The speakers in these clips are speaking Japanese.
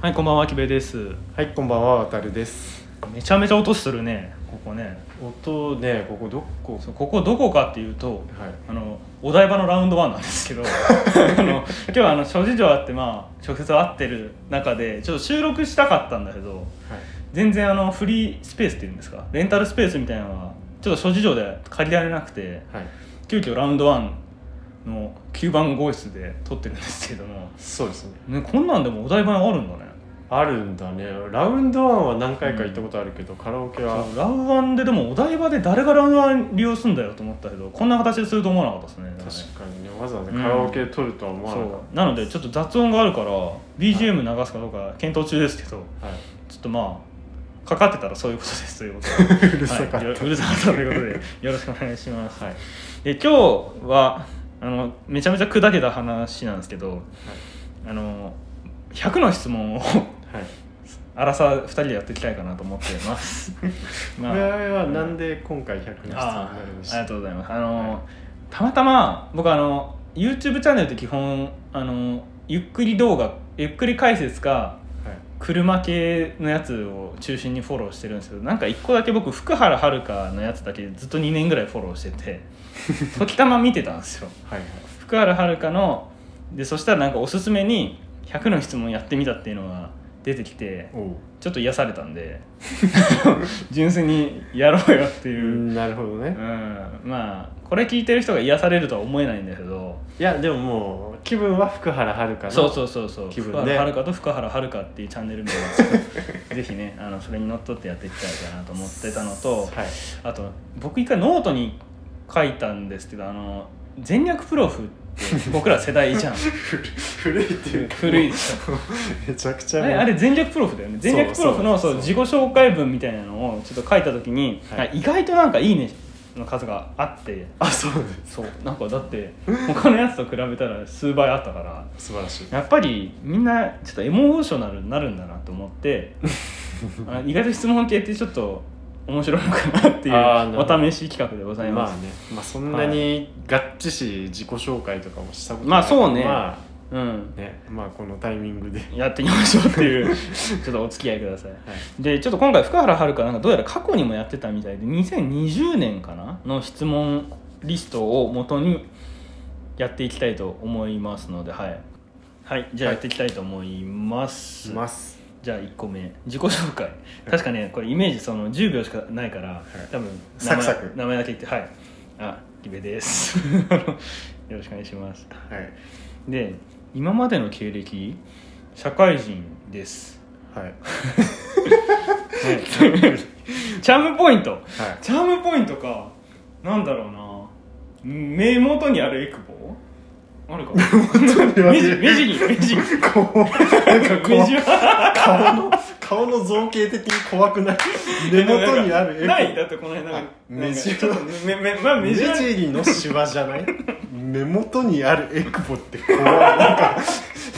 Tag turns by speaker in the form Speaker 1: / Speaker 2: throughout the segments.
Speaker 1: はいこんばんは木部です
Speaker 2: はいこんばんはわたるです
Speaker 1: めちゃめちゃ音するねここね
Speaker 2: 音ねここどこ
Speaker 1: そうここどこかっていうと
Speaker 2: はい
Speaker 1: あのお台場のラウンドワンなんですけ どあの今日はあの諸事情あってまあ直接会ってる中でちょっと収録したかったんだけど全然あのフリースペースっていうんですかレンタルスペースみたいなのはちょっと諸事情で借りられなくて
Speaker 2: はい、はい、
Speaker 1: 急遽ラウンドワンの9番号室で撮ってるんですけども、
Speaker 2: そうですね
Speaker 1: ね、こんなんでもお台場にあるんだね
Speaker 2: あるんだねラウンドワンは何回か行ったことあるけど、カラオケは
Speaker 1: そうラウワンででもお台場で誰がラウワン利用するんだよと思ったけどこんな形ですると思わなかったですね
Speaker 2: 確かにねわざわざカラオケ撮るとは思わなかっ
Speaker 1: そうなのでちょっと雑音があるから BGM 流すかどうか検討中ですけど
Speaker 2: た、はい
Speaker 1: ちょっとまあかかってたらそういうことですという ことで
Speaker 2: うるさかった
Speaker 1: はいうるさかったということでよろしくお願いします、
Speaker 2: はい
Speaker 1: で今日はあのめちゃめちゃ砕けた話なんですけどあの100の質問を
Speaker 2: はい、
Speaker 1: 荒さ2人でやっていきたいかなと思ってます まあ
Speaker 2: これはなんで今回100の質問に
Speaker 1: あ
Speaker 2: なるんでし
Speaker 1: あり
Speaker 2: た
Speaker 1: がとうございますあの、
Speaker 2: はい
Speaker 1: たまたま僕あの YouTube チャンネルって基本あのゆっくり動画ゆっくり解説か
Speaker 2: はい
Speaker 1: 車系のやつを中心にフォローしてるんですけどなんか一個だけ僕福原遥のやつだけずっと2年ぐらいフォローして て時たま見てたんですよ
Speaker 2: はいはい
Speaker 1: 福原遥のでそしたらなんかおすすめに100の質問やってみたっていうのが出てきて
Speaker 2: おう
Speaker 1: ちょっと癒されたん で純粋にやろうよって
Speaker 2: う
Speaker 1: いう、
Speaker 2: んなるほどね、
Speaker 1: うんまあこれ聞いてる人が癒されるとは思えないんだけど
Speaker 2: いやでももう気分は福原遥の
Speaker 1: そうそうそうそう
Speaker 2: 気分
Speaker 1: 福
Speaker 2: ね
Speaker 1: 原遥と福原遥っていうチャンネル名なんです けどぜひねあのそれにのっとってやっていきたいかなと思ってたのと
Speaker 2: はい
Speaker 1: あと僕一回ノートに書いたんですけどあの全略プロフって僕ら世代 じゃん
Speaker 2: 古いっていうか
Speaker 1: 古い
Speaker 2: も
Speaker 1: でしょ
Speaker 2: うめちゃくち
Speaker 1: あ
Speaker 2: ゃ
Speaker 1: れあれ全略プロフだよね全略プロフのそ
Speaker 2: そ
Speaker 1: うう自
Speaker 2: そう
Speaker 1: 己紹介文みたいなのをちょっと書いた時に、
Speaker 2: はい
Speaker 1: 意外となんかいいねの数があって
Speaker 2: あそうです
Speaker 1: そうなんかだって他のやつと比べたら数倍あったから
Speaker 2: 素晴らしい
Speaker 1: やっぱりみんなちょっとエモーショナルになるんだなと思って あ意外と質問系ってちょっと面白いのかなってい
Speaker 2: あーなるほど
Speaker 1: うお試し企画でございます、
Speaker 2: まあね、まあ、そんなにがっちし自己紹介とかもしたこと
Speaker 1: まあ
Speaker 2: ないから
Speaker 1: そうね
Speaker 2: ま
Speaker 1: うん
Speaker 2: あ、ねまあこのタイミングで、はい、
Speaker 1: やっていきましょうっていうちょっとお付き合いくださいでちょっと今回福原遥なんかどうやら過去にもやってたみたいで2020年かなの質問リストを元にやっていきたいと思いますのではい、はい、じゃあ
Speaker 2: はい
Speaker 1: やっていきたいと思います、
Speaker 2: します
Speaker 1: じゃあ1個目自己紹介確かねこれイメージその10秒しかないから多分名前
Speaker 2: サクサク
Speaker 1: 名前だけ言ってはいあリベです よろしくお願いします
Speaker 2: はい
Speaker 1: で今までの経歴社会人です、
Speaker 2: はい
Speaker 1: はい、チャームポイント
Speaker 2: はい
Speaker 1: チャームポイントかなんだろうな目元にあるエクボあ るか目尻目尻目尻
Speaker 2: こうなんかこ
Speaker 1: 目
Speaker 2: う
Speaker 1: 尻は
Speaker 2: 顔の顔の造形的に怖くない根元にある
Speaker 1: ないだってこの辺なんか
Speaker 2: あ目尻
Speaker 1: なんかちょっと目目まあ
Speaker 2: 目
Speaker 1: 目尻は
Speaker 2: 尻のシワじゃない目元にあるエクボって怖いなんか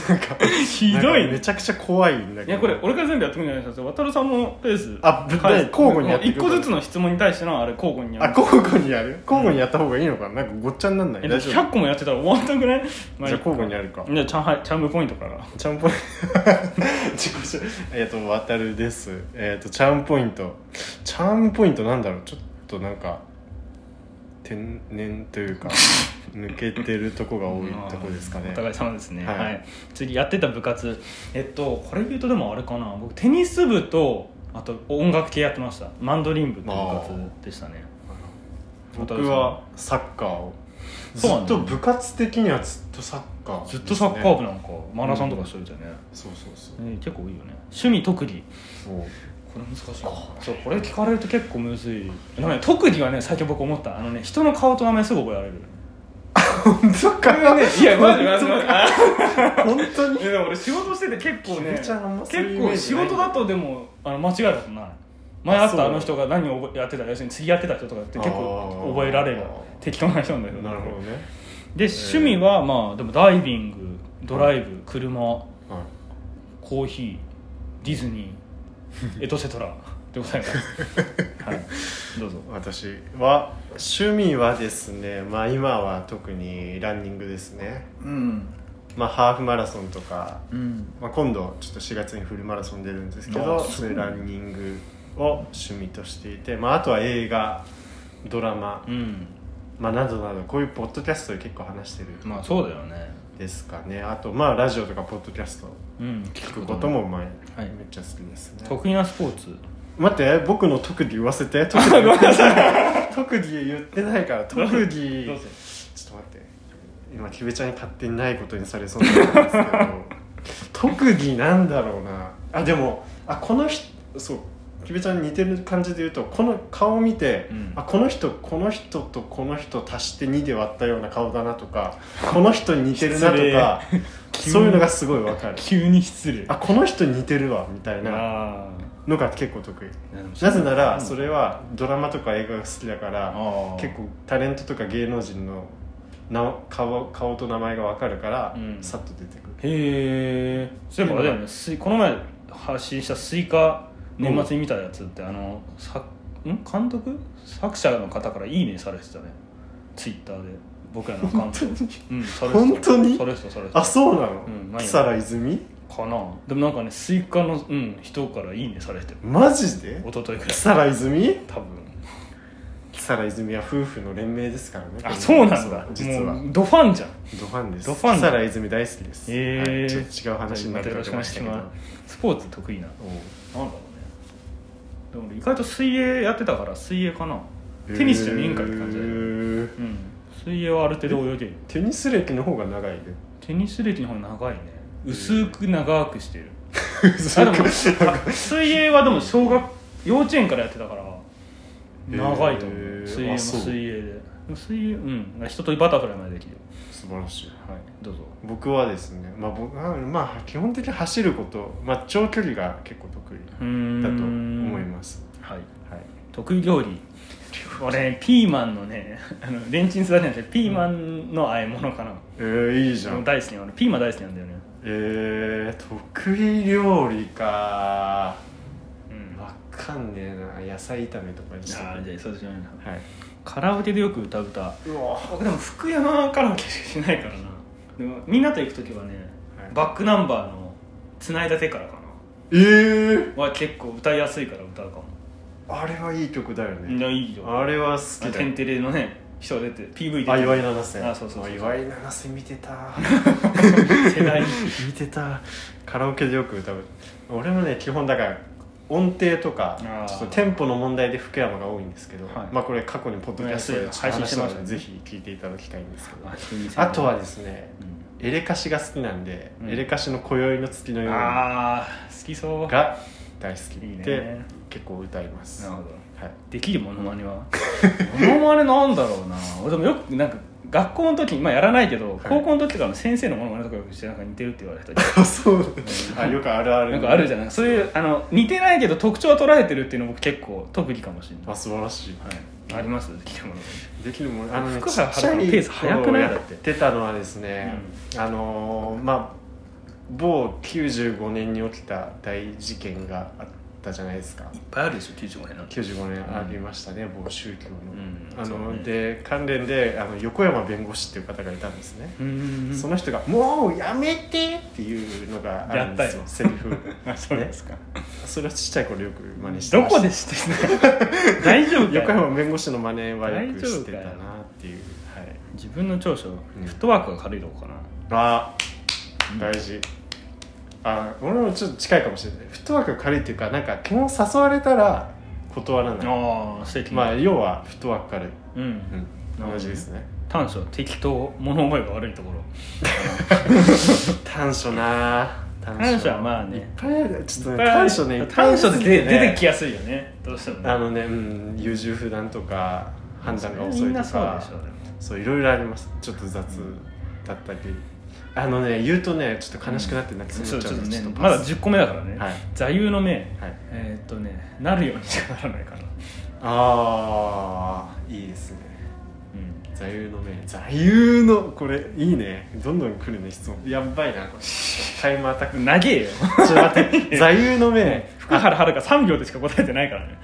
Speaker 2: なんか
Speaker 1: ひど
Speaker 2: なん
Speaker 1: い
Speaker 2: かめ
Speaker 1: ね
Speaker 2: ちゃくちゃ怖いんだけど
Speaker 1: いやこれ俺が全部やってくんじゃないですか渡るさんもペース
Speaker 2: あぶ
Speaker 1: 返す
Speaker 2: 交互にやって
Speaker 1: もう一個
Speaker 2: く
Speaker 1: ずつの質問に対してのあれ交互にや
Speaker 2: あ
Speaker 1: る
Speaker 2: 交互にやる交互にやった方がいいのかななんかごっちゃになんない
Speaker 1: えだっ
Speaker 2: 大丈夫
Speaker 1: て
Speaker 2: じ
Speaker 1: 100個もやってたら終わんなくない
Speaker 2: ゃあ交互にやるか
Speaker 1: じゃあチャンはいチャームポイントから
Speaker 2: チャンポイント 自己紹介えっと渡るですえっとチャームポイントチャームポイントなんだろうちょっとなんか天然 というか抜けてるとこが多いとこですかね
Speaker 1: お互い様ですねは、
Speaker 2: はいい
Speaker 1: 次やってた部活えっとこれ言うとでもあれかな僕テニス部とあと音楽系やってましたマンドリン部っていう部活でしたね
Speaker 2: 僕はサッカーをず
Speaker 1: そうなん
Speaker 2: っ
Speaker 1: だ
Speaker 2: と部活的にはずっとサッカーです
Speaker 1: ずっ
Speaker 2: ね、
Speaker 1: とサッカー部なんかマラソンとかしといてね、
Speaker 2: そうそうそ
Speaker 1: えー結構いいよね趣味特技
Speaker 2: うもう
Speaker 1: これ難しいなそうこれ聞かれると結構むずいでもね特技はね最近僕思ったあのね人の顔と名前すぐ覚えられる
Speaker 2: 本当か
Speaker 1: いやマジマジ
Speaker 2: 本当本当に
Speaker 1: いやでも俺仕事してて結構ね
Speaker 2: キムちゃんあんまそういう
Speaker 1: 結
Speaker 2: イメージな
Speaker 1: 構
Speaker 2: い
Speaker 1: 仕事だとでもあの間違えたことない前会っ
Speaker 2: そう
Speaker 1: たあの人が何を覚えやってた要するに次やってた人とかって結構
Speaker 2: あー
Speaker 1: 覚えられる適当な人なんだけど
Speaker 2: なるほどね、
Speaker 1: で趣味はまあでもダイビングドライブ、車
Speaker 2: はい
Speaker 1: コーヒーディズニ ーエトセトラでございますはいどうぞ
Speaker 2: 私は趣味はですねまあ今は特にランニングですね
Speaker 1: うん
Speaker 2: まあ、ハーフマラソンとか、
Speaker 1: うん
Speaker 2: まあ、今度ちょっと4月にフルマラソン出るんですけ
Speaker 1: あ
Speaker 2: ど
Speaker 1: すごい
Speaker 2: そういうランニングを趣味としていて、まあ、あとは映画ドラマ、
Speaker 1: うん
Speaker 2: まあ、などなどこういうポッドキャストで結構話してる
Speaker 1: まあそうだよね
Speaker 2: ですかねあとまあラジオとかポッドキャスト
Speaker 1: うん
Speaker 2: 聞くことも前、
Speaker 1: はい
Speaker 2: めっちゃ好きですね
Speaker 1: 得意なスポーツ
Speaker 2: 待って僕の特技言わせて特技ごめんなさい 特技言ってないから特技ちょっと待って今キベちゃんに勝手にないことにされそうなんですけど特技なんだろうなあでもあこの人そうキベちゃんに似てる感じで言うとこの顔を見て、
Speaker 1: うん
Speaker 2: あこの人この人とこの人足して2で割ったような顔だなとかこの人に似てるなとか
Speaker 1: 失礼
Speaker 2: そういうのがすごいわかる
Speaker 1: 急に失礼
Speaker 2: あこの人に似てるわみたいな
Speaker 1: あ
Speaker 2: のが結構得意
Speaker 1: ーでもそう
Speaker 2: なぜならそれはドラマとか映画が好きだから
Speaker 1: あー
Speaker 2: 結構タレントとか芸能人のな顔顔と名前が分かるから、
Speaker 1: うん
Speaker 2: さっと出てくる
Speaker 1: へえそういえばあれだよねスイこの前発信したスイカ年末に見たやつって、あのさん監督作者の方から「いいね」されてたねツイッターで僕らのアカウントうんされてた
Speaker 2: 本当に
Speaker 1: されてたされてた
Speaker 2: あそうなの、
Speaker 1: うんないよ
Speaker 2: 木更泉
Speaker 1: かなでもなんかねスイカの、うん、人から「いいね」されてる
Speaker 2: マジで
Speaker 1: 一昨日くら
Speaker 2: 木
Speaker 1: い
Speaker 2: 更泉
Speaker 1: 多分
Speaker 2: 木更泉は夫婦の連名ですからね
Speaker 1: あそうなんだ
Speaker 2: 実は
Speaker 1: もうドファンじゃん
Speaker 2: ドファンです
Speaker 1: ドファン
Speaker 2: 木更泉大好きです、
Speaker 1: へー
Speaker 2: はいちょっと違う話になって
Speaker 1: よろしくお願いしますスポーツ得意ななんだろうねでも俺意外と水泳やってたから水泳かな
Speaker 2: おう
Speaker 1: テニスじゃねえんかって感じだ
Speaker 2: へ
Speaker 1: よね
Speaker 2: ー
Speaker 1: うん水泳はある程度泳げる
Speaker 2: テニス歴の方が長いね
Speaker 1: テニス歴の方が長いね薄く長くしてる
Speaker 2: 薄
Speaker 1: あ でも
Speaker 2: く
Speaker 1: あ水泳はでも小学幼稚園からやってたから
Speaker 2: へー
Speaker 1: 長いと思う水泳も
Speaker 2: あそう
Speaker 1: 水泳で水泳うん一通りバタフライまでできる
Speaker 2: 素晴らしい
Speaker 1: はいどうぞ
Speaker 2: 僕はですね、まあ、僕はまあ基本的に走ること、まあ、長距離が結構得意
Speaker 1: うーん
Speaker 2: だと思います、
Speaker 1: はい
Speaker 2: はい、
Speaker 1: 得意料理俺ピーマンのねあのレンチンするだけなんですけどピーマンのあえ物かな、
Speaker 2: えー、いいじゃ
Speaker 1: もうん大好きな俺ピーマン大好きなんだよね
Speaker 2: えー、得意料理か
Speaker 1: うんあ
Speaker 2: わかんねえな野菜炒めとかにして
Speaker 1: ーじゃあそうじゃないな
Speaker 2: は
Speaker 1: カラオケでよく歌う歌
Speaker 2: い、うわ
Speaker 1: 僕でも福山カラオケしかしないからなでもみんなと行く時はね、
Speaker 2: はい
Speaker 1: バックナンバーの「繋いだ手から」か
Speaker 2: えー、
Speaker 1: なは結構歌いやすいから歌うかも、
Speaker 2: あれはいい曲だよ
Speaker 1: い
Speaker 2: ね
Speaker 1: やいいよ
Speaker 2: あれは好
Speaker 1: あの
Speaker 2: きだ
Speaker 1: 天
Speaker 2: よ
Speaker 1: てれのね人が出て PV 出て
Speaker 2: あ岩井七瀬
Speaker 1: あそうそうそう
Speaker 2: 岩井七瀬見て た
Speaker 1: 世代
Speaker 2: 見てたカラオケでよく歌う俺もね基本だから音程とか
Speaker 1: あー
Speaker 2: ちょっとテンポの問題で福山が多いんですけど、
Speaker 1: はい
Speaker 2: まあこれ過去にポッドキャストで
Speaker 1: 安い配信してましたね
Speaker 2: 話のでぜひ聞いていただきたいんですけど
Speaker 1: あ
Speaker 2: あ
Speaker 1: 人に世代
Speaker 2: とはですね
Speaker 1: うん
Speaker 2: エレカシが好きなんで、
Speaker 1: うん
Speaker 2: エレカシの「今宵の月のように」が
Speaker 1: あー好きそう
Speaker 2: 大好きで
Speaker 1: いいね
Speaker 2: 結構歌います
Speaker 1: なるほど
Speaker 2: はい、
Speaker 1: できるモノマネは モノマネなんだろうな俺でもよくなんか学校の時にまあやらないけど、高校の時とかの先生のモノマネとかよくしてなんか似てるって言われたり
Speaker 2: あそうあよくあるある
Speaker 1: なんかあるじゃないそういうあの似てないけど特徴は捉えてるっていうの僕結構特技かもしれない、
Speaker 2: あ素晴らしい
Speaker 1: はい、ありますできるもの
Speaker 2: できるもんあのね
Speaker 1: 福原遥の
Speaker 2: ちっちゃい
Speaker 1: ペース速くない
Speaker 2: 頃やってたのはですね、あのーまあ某95年に起きた大事件があったじゃないですか
Speaker 1: いっぱいあるでしょ95年の
Speaker 2: 95年ありましたね、某宗教の,、
Speaker 1: うん
Speaker 2: あ
Speaker 1: そう
Speaker 2: の
Speaker 1: ね
Speaker 2: で関連であの横山弁護士っていう方がいたんですね、
Speaker 1: うん
Speaker 2: その人が「もうやめて!」っていうのがあるんですよ
Speaker 1: やった
Speaker 2: セリ フ
Speaker 1: あそうですか、
Speaker 2: それはちっちゃい頃よく真似して
Speaker 1: ど
Speaker 2: ました
Speaker 1: こでしてん の大丈夫かよ
Speaker 2: 横山弁護士の真似はよくしてた
Speaker 1: 大丈夫か
Speaker 2: なっていう、はい、
Speaker 1: 自分の長所、
Speaker 2: ん
Speaker 1: フットワークが軽いとこかな
Speaker 2: あ大事、あ俺もちょっと近いかもしれないフットワークが軽いっていうかなんか基本誘われたら断らない
Speaker 1: ああ素敵
Speaker 2: まあ要はフットワーク軽い、
Speaker 1: うん、
Speaker 2: うん、同じですね
Speaker 1: 短所適当物覚えが悪いところ
Speaker 2: 短所なあ短
Speaker 1: 短所はまあね
Speaker 2: いっぱいあるちょっとね
Speaker 1: 短
Speaker 2: 短
Speaker 1: 所
Speaker 2: 所
Speaker 1: ね
Speaker 2: ね
Speaker 1: 短所で出出てき
Speaker 2: や
Speaker 1: やすいよねどうしてもね
Speaker 2: あのね、うん、優柔不断とか判断が遅
Speaker 1: み
Speaker 2: い
Speaker 1: ん
Speaker 2: と
Speaker 1: なそう
Speaker 2: か
Speaker 1: でしょでも
Speaker 2: そういろいろありますちょっと雑だったり、あのね言うとねちょっと悲しくなって泣き
Speaker 1: そ
Speaker 2: そう
Speaker 1: う
Speaker 2: にな
Speaker 1: ち
Speaker 2: っち
Speaker 1: ょっ
Speaker 2: ゃう
Speaker 1: と
Speaker 2: んで
Speaker 1: ね
Speaker 2: ちょっと
Speaker 1: ま
Speaker 2: パ
Speaker 1: だ
Speaker 2: ス
Speaker 1: 10個目だからね、
Speaker 2: はい
Speaker 1: 座右の銘
Speaker 2: はい
Speaker 1: えーっとねなるようにしかならないかな、
Speaker 2: ああいいですね
Speaker 1: うん、
Speaker 2: 座右の銘座右のこれいいねどんどん来るね質問やっばいなこれタイムアタック
Speaker 1: 長えよ
Speaker 2: ちょっと待って座右の銘
Speaker 1: 福原遥3秒でしか答えてないからね、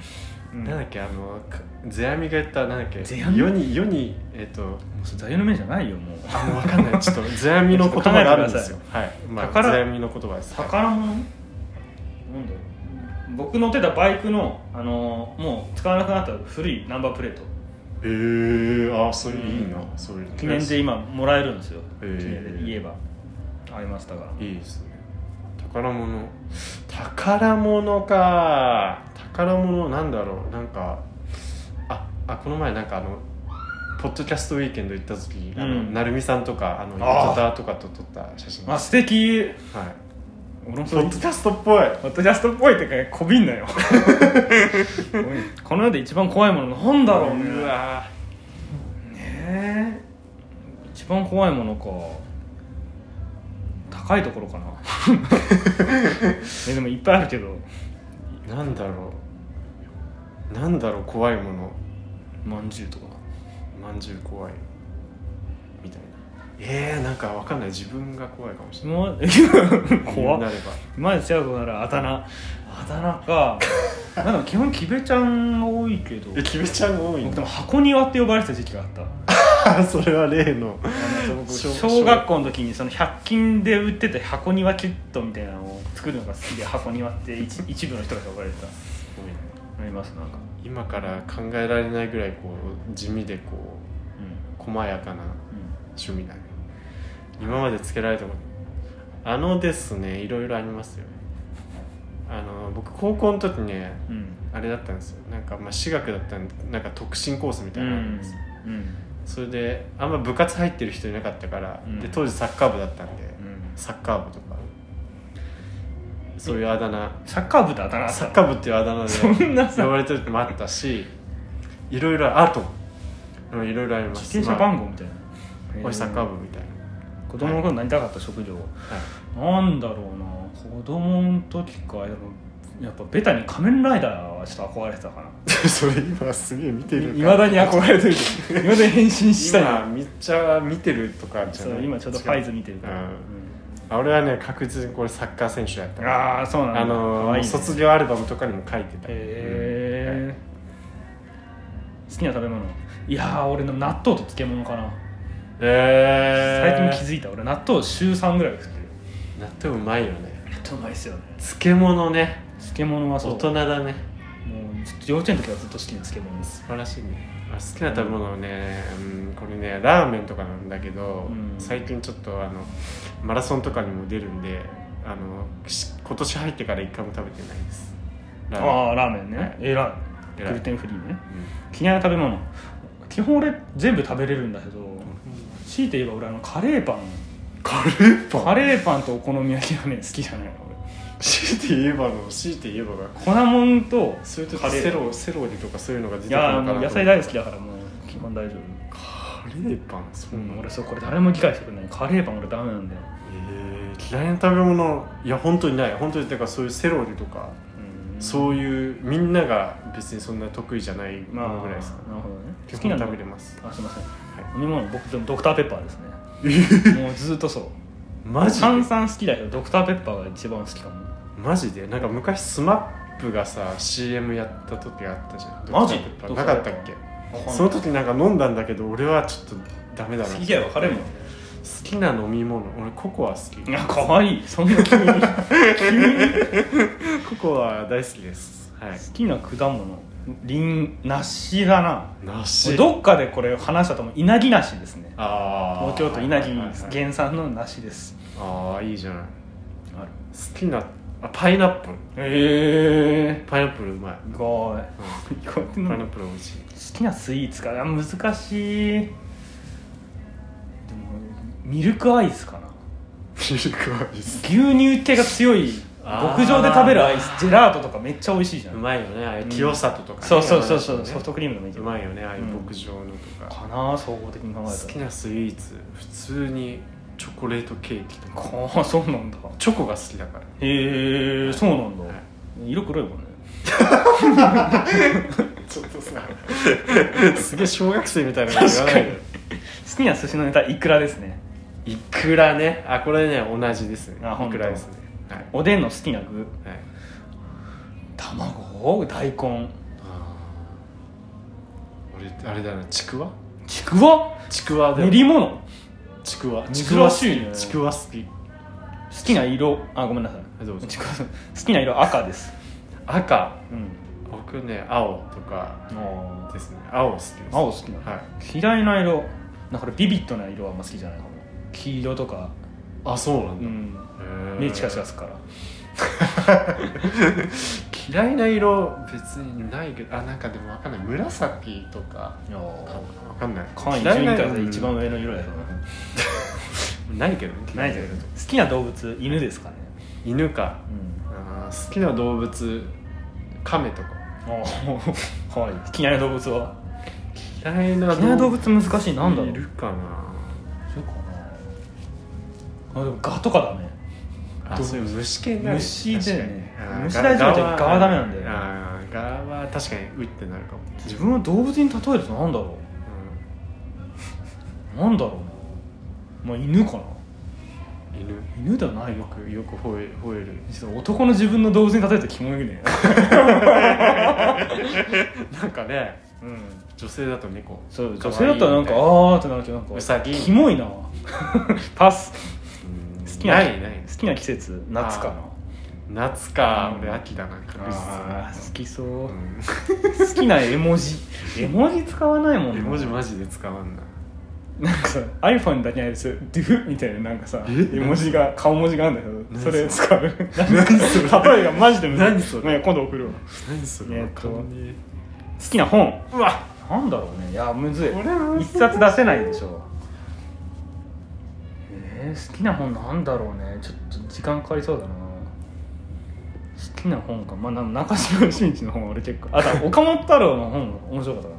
Speaker 1: ううん
Speaker 2: なんだっけあのか世阿弥が言ったなんだっけ
Speaker 1: 世阿弥
Speaker 2: 世に世にえっ、と
Speaker 1: もうそれ座右の銘じゃないよもう
Speaker 2: あもう分か んないちょっと世阿弥の言葉があるんですよはい、まあ、
Speaker 1: 宝
Speaker 2: 世阿弥の言葉です、はい
Speaker 1: 宝物なんだろう僕乗ってたバイクの、あのーもう使わなくなった古いナンバープレート
Speaker 2: えー、あそれいいな、
Speaker 1: う
Speaker 2: それ
Speaker 1: 記念で今もらえるんですよ、
Speaker 2: へー
Speaker 1: 記念で言えばありましたから
Speaker 2: いいですね宝物宝物か宝物なんだろうなんかああこの前なんかあのポッドキャストウィーケンド行った時、あの
Speaker 1: うん
Speaker 2: 成美さんとかあの
Speaker 1: あー
Speaker 2: ゆとたとかと撮った写真
Speaker 1: あ素敵
Speaker 2: はい
Speaker 1: 俺も
Speaker 2: ポ
Speaker 1: そ
Speaker 2: ッ
Speaker 1: れ
Speaker 2: ドキャストっぽい
Speaker 1: ポッドキャストっぽいってかこびんなよこの世で一番怖いものなんだろうね
Speaker 2: うわ
Speaker 1: ねえ一番怖いものか高いとこ ろかなえでもいっぱいあるけど
Speaker 2: ーなんだろうなんだろう怖いもの
Speaker 1: まんじゅうとか
Speaker 2: まんじゅう怖いみたいなえー、なんかわかんない自分が怖いかもしれ
Speaker 1: もう
Speaker 2: ない
Speaker 1: 怖
Speaker 2: にな
Speaker 1: っ
Speaker 2: れば
Speaker 1: 前ちゃう子ならあだ名あだ名 かまあでも基本キベちゃんが多いけど
Speaker 2: えキベちゃんが多いん
Speaker 1: 僕で
Speaker 2: だ
Speaker 1: も箱庭って呼ばれてた時期があった
Speaker 2: それは例の
Speaker 1: あの僕
Speaker 2: 小
Speaker 1: 小学校の時にその100均で売ってた箱庭キットみたいなのを作るのが好きで箱庭って 一一部の人が呼ばれてたありますなんか、
Speaker 2: 今から考えられないぐらいこう地味でこ
Speaker 1: う
Speaker 2: うん細やかな
Speaker 1: うん、
Speaker 2: 趣味だね今までつけられたことあのですねいろいろありますよねあの僕高校の時ね
Speaker 1: うん
Speaker 2: あれだったんですよなんかまあ私学だったんでなんか特進コースみたいなのがあるんですよ
Speaker 1: うん
Speaker 2: それであんま部活入ってる人いなかったから、
Speaker 1: うん
Speaker 2: で当時サッカー部だったんで、
Speaker 1: うん
Speaker 2: サッカー部とかそういうあだ名
Speaker 1: サッカー部だったな
Speaker 2: サッカ
Speaker 1: ー
Speaker 2: ー部っていうあだ名
Speaker 1: そんな
Speaker 2: で
Speaker 1: さ
Speaker 2: 呼ばれてるのもあったしいろいろあとうんいろいろあります
Speaker 1: 自転車番号みたいな、
Speaker 2: まあおいサッカー部みたいな、
Speaker 1: 部子供の頃なりたかった職業、
Speaker 2: はい
Speaker 1: なんだろうな子供の時かやっぱやっぱベタに仮面ライダーはちょっと憧れてたかな
Speaker 2: それ今すげえ見てる
Speaker 1: いまだに憧れてるけ どいまだに変身したい
Speaker 2: 今めっちゃ見てるとかじゃ
Speaker 1: そ
Speaker 2: な
Speaker 1: う
Speaker 2: い
Speaker 1: 今ちょうどファイズ見てるから、
Speaker 2: う
Speaker 1: うん
Speaker 2: んあ俺はね確実にこれサッカー選手だった
Speaker 1: ああそうなんだ
Speaker 2: あのー
Speaker 1: 可愛いね
Speaker 2: 卒業アルバムとかにも書いてた
Speaker 1: へえ、好きな食べ物いやー俺の納豆と漬物かな、
Speaker 2: えー、
Speaker 1: 最近気づいた俺納豆週3ぐらい食ってる
Speaker 2: 納豆うまいよね
Speaker 1: 納豆うまいっすよね
Speaker 2: 漬物ね
Speaker 1: 漬物はそう
Speaker 2: 大人だね
Speaker 1: もうずっと幼稚園の時はずっと好きな漬物です
Speaker 2: 素晴らしいねあ好きな食べ物はね、うん、これねラーメンとかなんだけど、
Speaker 1: うん
Speaker 2: 最近ちょっとあのマラソンとかにも出るんであのし今年入ってから一回も食べてないですラーメン
Speaker 1: ああラーメンね、
Speaker 2: はい
Speaker 1: えらい
Speaker 2: 偉い
Speaker 1: グルテンフリーね嫌いな食べ物基本俺全部食べれるんだけど強いて言えば俺あのカレーパン
Speaker 2: カレーパン
Speaker 1: カレーパンとお好み焼きはね好きじゃないの
Speaker 2: 強いて言えばの強いて言えばが
Speaker 1: 俺粉もんと
Speaker 2: それと
Speaker 1: カレー
Speaker 2: セロセロリとかそういうのが出て
Speaker 1: い
Speaker 2: くるの
Speaker 1: や
Speaker 2: かな
Speaker 1: もう野菜大好きだからもう基本大丈夫、
Speaker 2: カレーパンそう
Speaker 1: う
Speaker 2: なの、
Speaker 1: ん、
Speaker 2: ん、
Speaker 1: 俺そうこれ誰も理解してくれないカレーパン俺ダメなんだよ、
Speaker 2: えー嫌いな食べ物いや本当にない本当にだからそういうセロリとか
Speaker 1: うん、
Speaker 2: そういうみんなが別にそんな得意じゃない
Speaker 1: まあ
Speaker 2: ものぐらいです、
Speaker 1: なるほどね
Speaker 2: 好きな食べ
Speaker 1: で
Speaker 2: れます
Speaker 1: あすいません、
Speaker 2: い
Speaker 1: 飲み物僕でもドクターペッパーです ねもうずっとそう
Speaker 2: マジで
Speaker 1: 炭酸好きだけどドクターペッパーが一番好きかも
Speaker 2: マジでなんか昔スマップがさ CM やった時があったじゃん
Speaker 1: マジ
Speaker 2: ドクターペッパーなかったっけそ
Speaker 1: そ
Speaker 2: の
Speaker 1: の時
Speaker 2: 時なんか飲んだんだけど俺はちょっとダメだな
Speaker 1: 好き嫌い分かれんもん
Speaker 2: 好きな飲み物俺ココア好き
Speaker 1: いや可愛いそんな急に急に好
Speaker 2: ココア大好きですはい
Speaker 1: きな果物りん梨だな
Speaker 2: 梨
Speaker 1: どっかでこれ話したと思う稲城梨ですね
Speaker 2: ああ
Speaker 1: 東京都稲城
Speaker 2: はいはいはい
Speaker 1: 原産の梨です
Speaker 2: ああいいじゃない
Speaker 1: ある
Speaker 2: 好きなあパイナップル
Speaker 1: え
Speaker 2: パイナップルうまい、
Speaker 1: えすごい
Speaker 2: うん
Speaker 1: 意外と
Speaker 2: パ
Speaker 1: な
Speaker 2: イナッ
Speaker 1: 好
Speaker 2: プル美味しい
Speaker 1: きなスイーツかあ難しいでもミルクアイスかな
Speaker 2: ミルクアイス
Speaker 1: 牛乳系が強い
Speaker 2: あー
Speaker 1: 牧場で食べるアイスジェラートとかめっちゃ美味しいじゃん
Speaker 2: うまいよねああいう清里とかね、
Speaker 1: そうそうそうそう、
Speaker 2: 山梨の
Speaker 1: ソ
Speaker 2: ね
Speaker 1: フトクリームでもいいけ
Speaker 2: う
Speaker 1: ど
Speaker 2: まいよねああいう牧場のと
Speaker 1: か
Speaker 2: か、
Speaker 1: な総合的に考え
Speaker 2: 好き
Speaker 1: たら
Speaker 2: なスイーツ普通にチョコレートケーキとか
Speaker 1: ああそうなんだ
Speaker 2: チョコが好きだから
Speaker 1: へえそうなんだ、
Speaker 2: は
Speaker 1: 色黒いもんね
Speaker 2: ちょっとさ すげえ小学生みたいなこと言わないで
Speaker 1: 確好きな寿司のネタイクラですね
Speaker 2: いくらねあこれね同じですね
Speaker 1: あ本
Speaker 2: い
Speaker 1: 当
Speaker 2: くらですねはい、
Speaker 1: おでんの好きな具
Speaker 2: はい、
Speaker 1: 卵大根
Speaker 2: あ俺あれだなちくわ
Speaker 1: ちくわ
Speaker 2: ちくわだ
Speaker 1: 練
Speaker 2: よ
Speaker 1: り物好
Speaker 2: ちくわ
Speaker 1: 珍
Speaker 2: ちくわ好
Speaker 1: しいね
Speaker 2: きちくわ好き
Speaker 1: きな色あごめんなさい
Speaker 2: はいどうぞ
Speaker 1: ちくわ好きな色赤です
Speaker 2: 赤
Speaker 1: うん
Speaker 2: 僕ね青とか
Speaker 1: あ
Speaker 2: ですね青好きです
Speaker 1: 青好きなの
Speaker 2: はい
Speaker 1: 嫌いな色なんかこれビビッドな色はあんま好きじゃないかも黄色とか
Speaker 2: あそうなん
Speaker 1: う
Speaker 2: だ、
Speaker 1: ん
Speaker 2: へー
Speaker 1: 目チカチカするから
Speaker 2: 嫌いな色別にないけどあなんかでもわかんない紫とかわかんない
Speaker 1: 簡易
Speaker 2: 嫌い
Speaker 1: 順位
Speaker 2: な
Speaker 1: からで一番
Speaker 2: うん
Speaker 1: 上の色やよ
Speaker 2: ないけどね
Speaker 1: ないじゃん
Speaker 2: 嫌
Speaker 1: 好
Speaker 2: な色
Speaker 1: きな動物犬ですかね
Speaker 2: 犬か
Speaker 1: うん
Speaker 2: あー好きな動物亀とか
Speaker 1: ああかわいい好きな動物は
Speaker 2: 嫌いな
Speaker 1: 嫌いな動物難しいなんだろう
Speaker 2: いるか
Speaker 1: そうかなあでもガとかだね
Speaker 2: なあ
Speaker 1: どう
Speaker 2: そういう虫系だ
Speaker 1: 虫だよね
Speaker 2: 確かに
Speaker 1: 虫大丈夫じゃん
Speaker 2: あー
Speaker 1: ガはダメなんだよ
Speaker 2: あーガは確かにうってなるかも、
Speaker 1: 自分を動物に例えるとなんだろうなんだろうなまあ犬かな
Speaker 2: うん、犬
Speaker 1: 犬ではないよ
Speaker 2: よくよく吠え吠える
Speaker 1: ちょっと男の自分の動物に例えるとキモいね
Speaker 2: なんかね
Speaker 1: うん
Speaker 2: 女性だと猫
Speaker 1: そう女
Speaker 2: 可愛い
Speaker 1: 性だったらなんかあ
Speaker 2: みたいな
Speaker 1: ーってなるけどなんか
Speaker 2: うさぎ
Speaker 1: キモいな パス
Speaker 2: うん
Speaker 1: 好きな
Speaker 2: ないない
Speaker 1: 好きな季節夏かな
Speaker 2: 夏か、
Speaker 1: うん
Speaker 2: 俺秋だな確
Speaker 1: あー
Speaker 2: 実
Speaker 1: 好きそう、
Speaker 2: うん
Speaker 1: 好きな絵文 字絵文字使わないもんな
Speaker 2: 絵文字マジで使わんな
Speaker 1: なんかさ iPhone だけあるさ「ドゥ」みたいななんかさ
Speaker 2: え
Speaker 1: 絵文字が顔文字があるんだけどそれ
Speaker 2: 何
Speaker 1: 使う
Speaker 2: 何それ
Speaker 1: 例えがマジでむずい
Speaker 2: 何それ
Speaker 1: なんか今度送るわ好
Speaker 2: 何そ
Speaker 1: え
Speaker 2: れ
Speaker 1: ーっと
Speaker 2: わかんね
Speaker 1: きな本
Speaker 2: えうわ
Speaker 1: なんだろうねいやむずい
Speaker 2: これは
Speaker 1: 一冊出せないでしょえー、好きな本なんだろうねちょっと時間かかりそうだな好きな本かまあな中島俊一の本は俺結構あと岡本太郎の本も面白かったか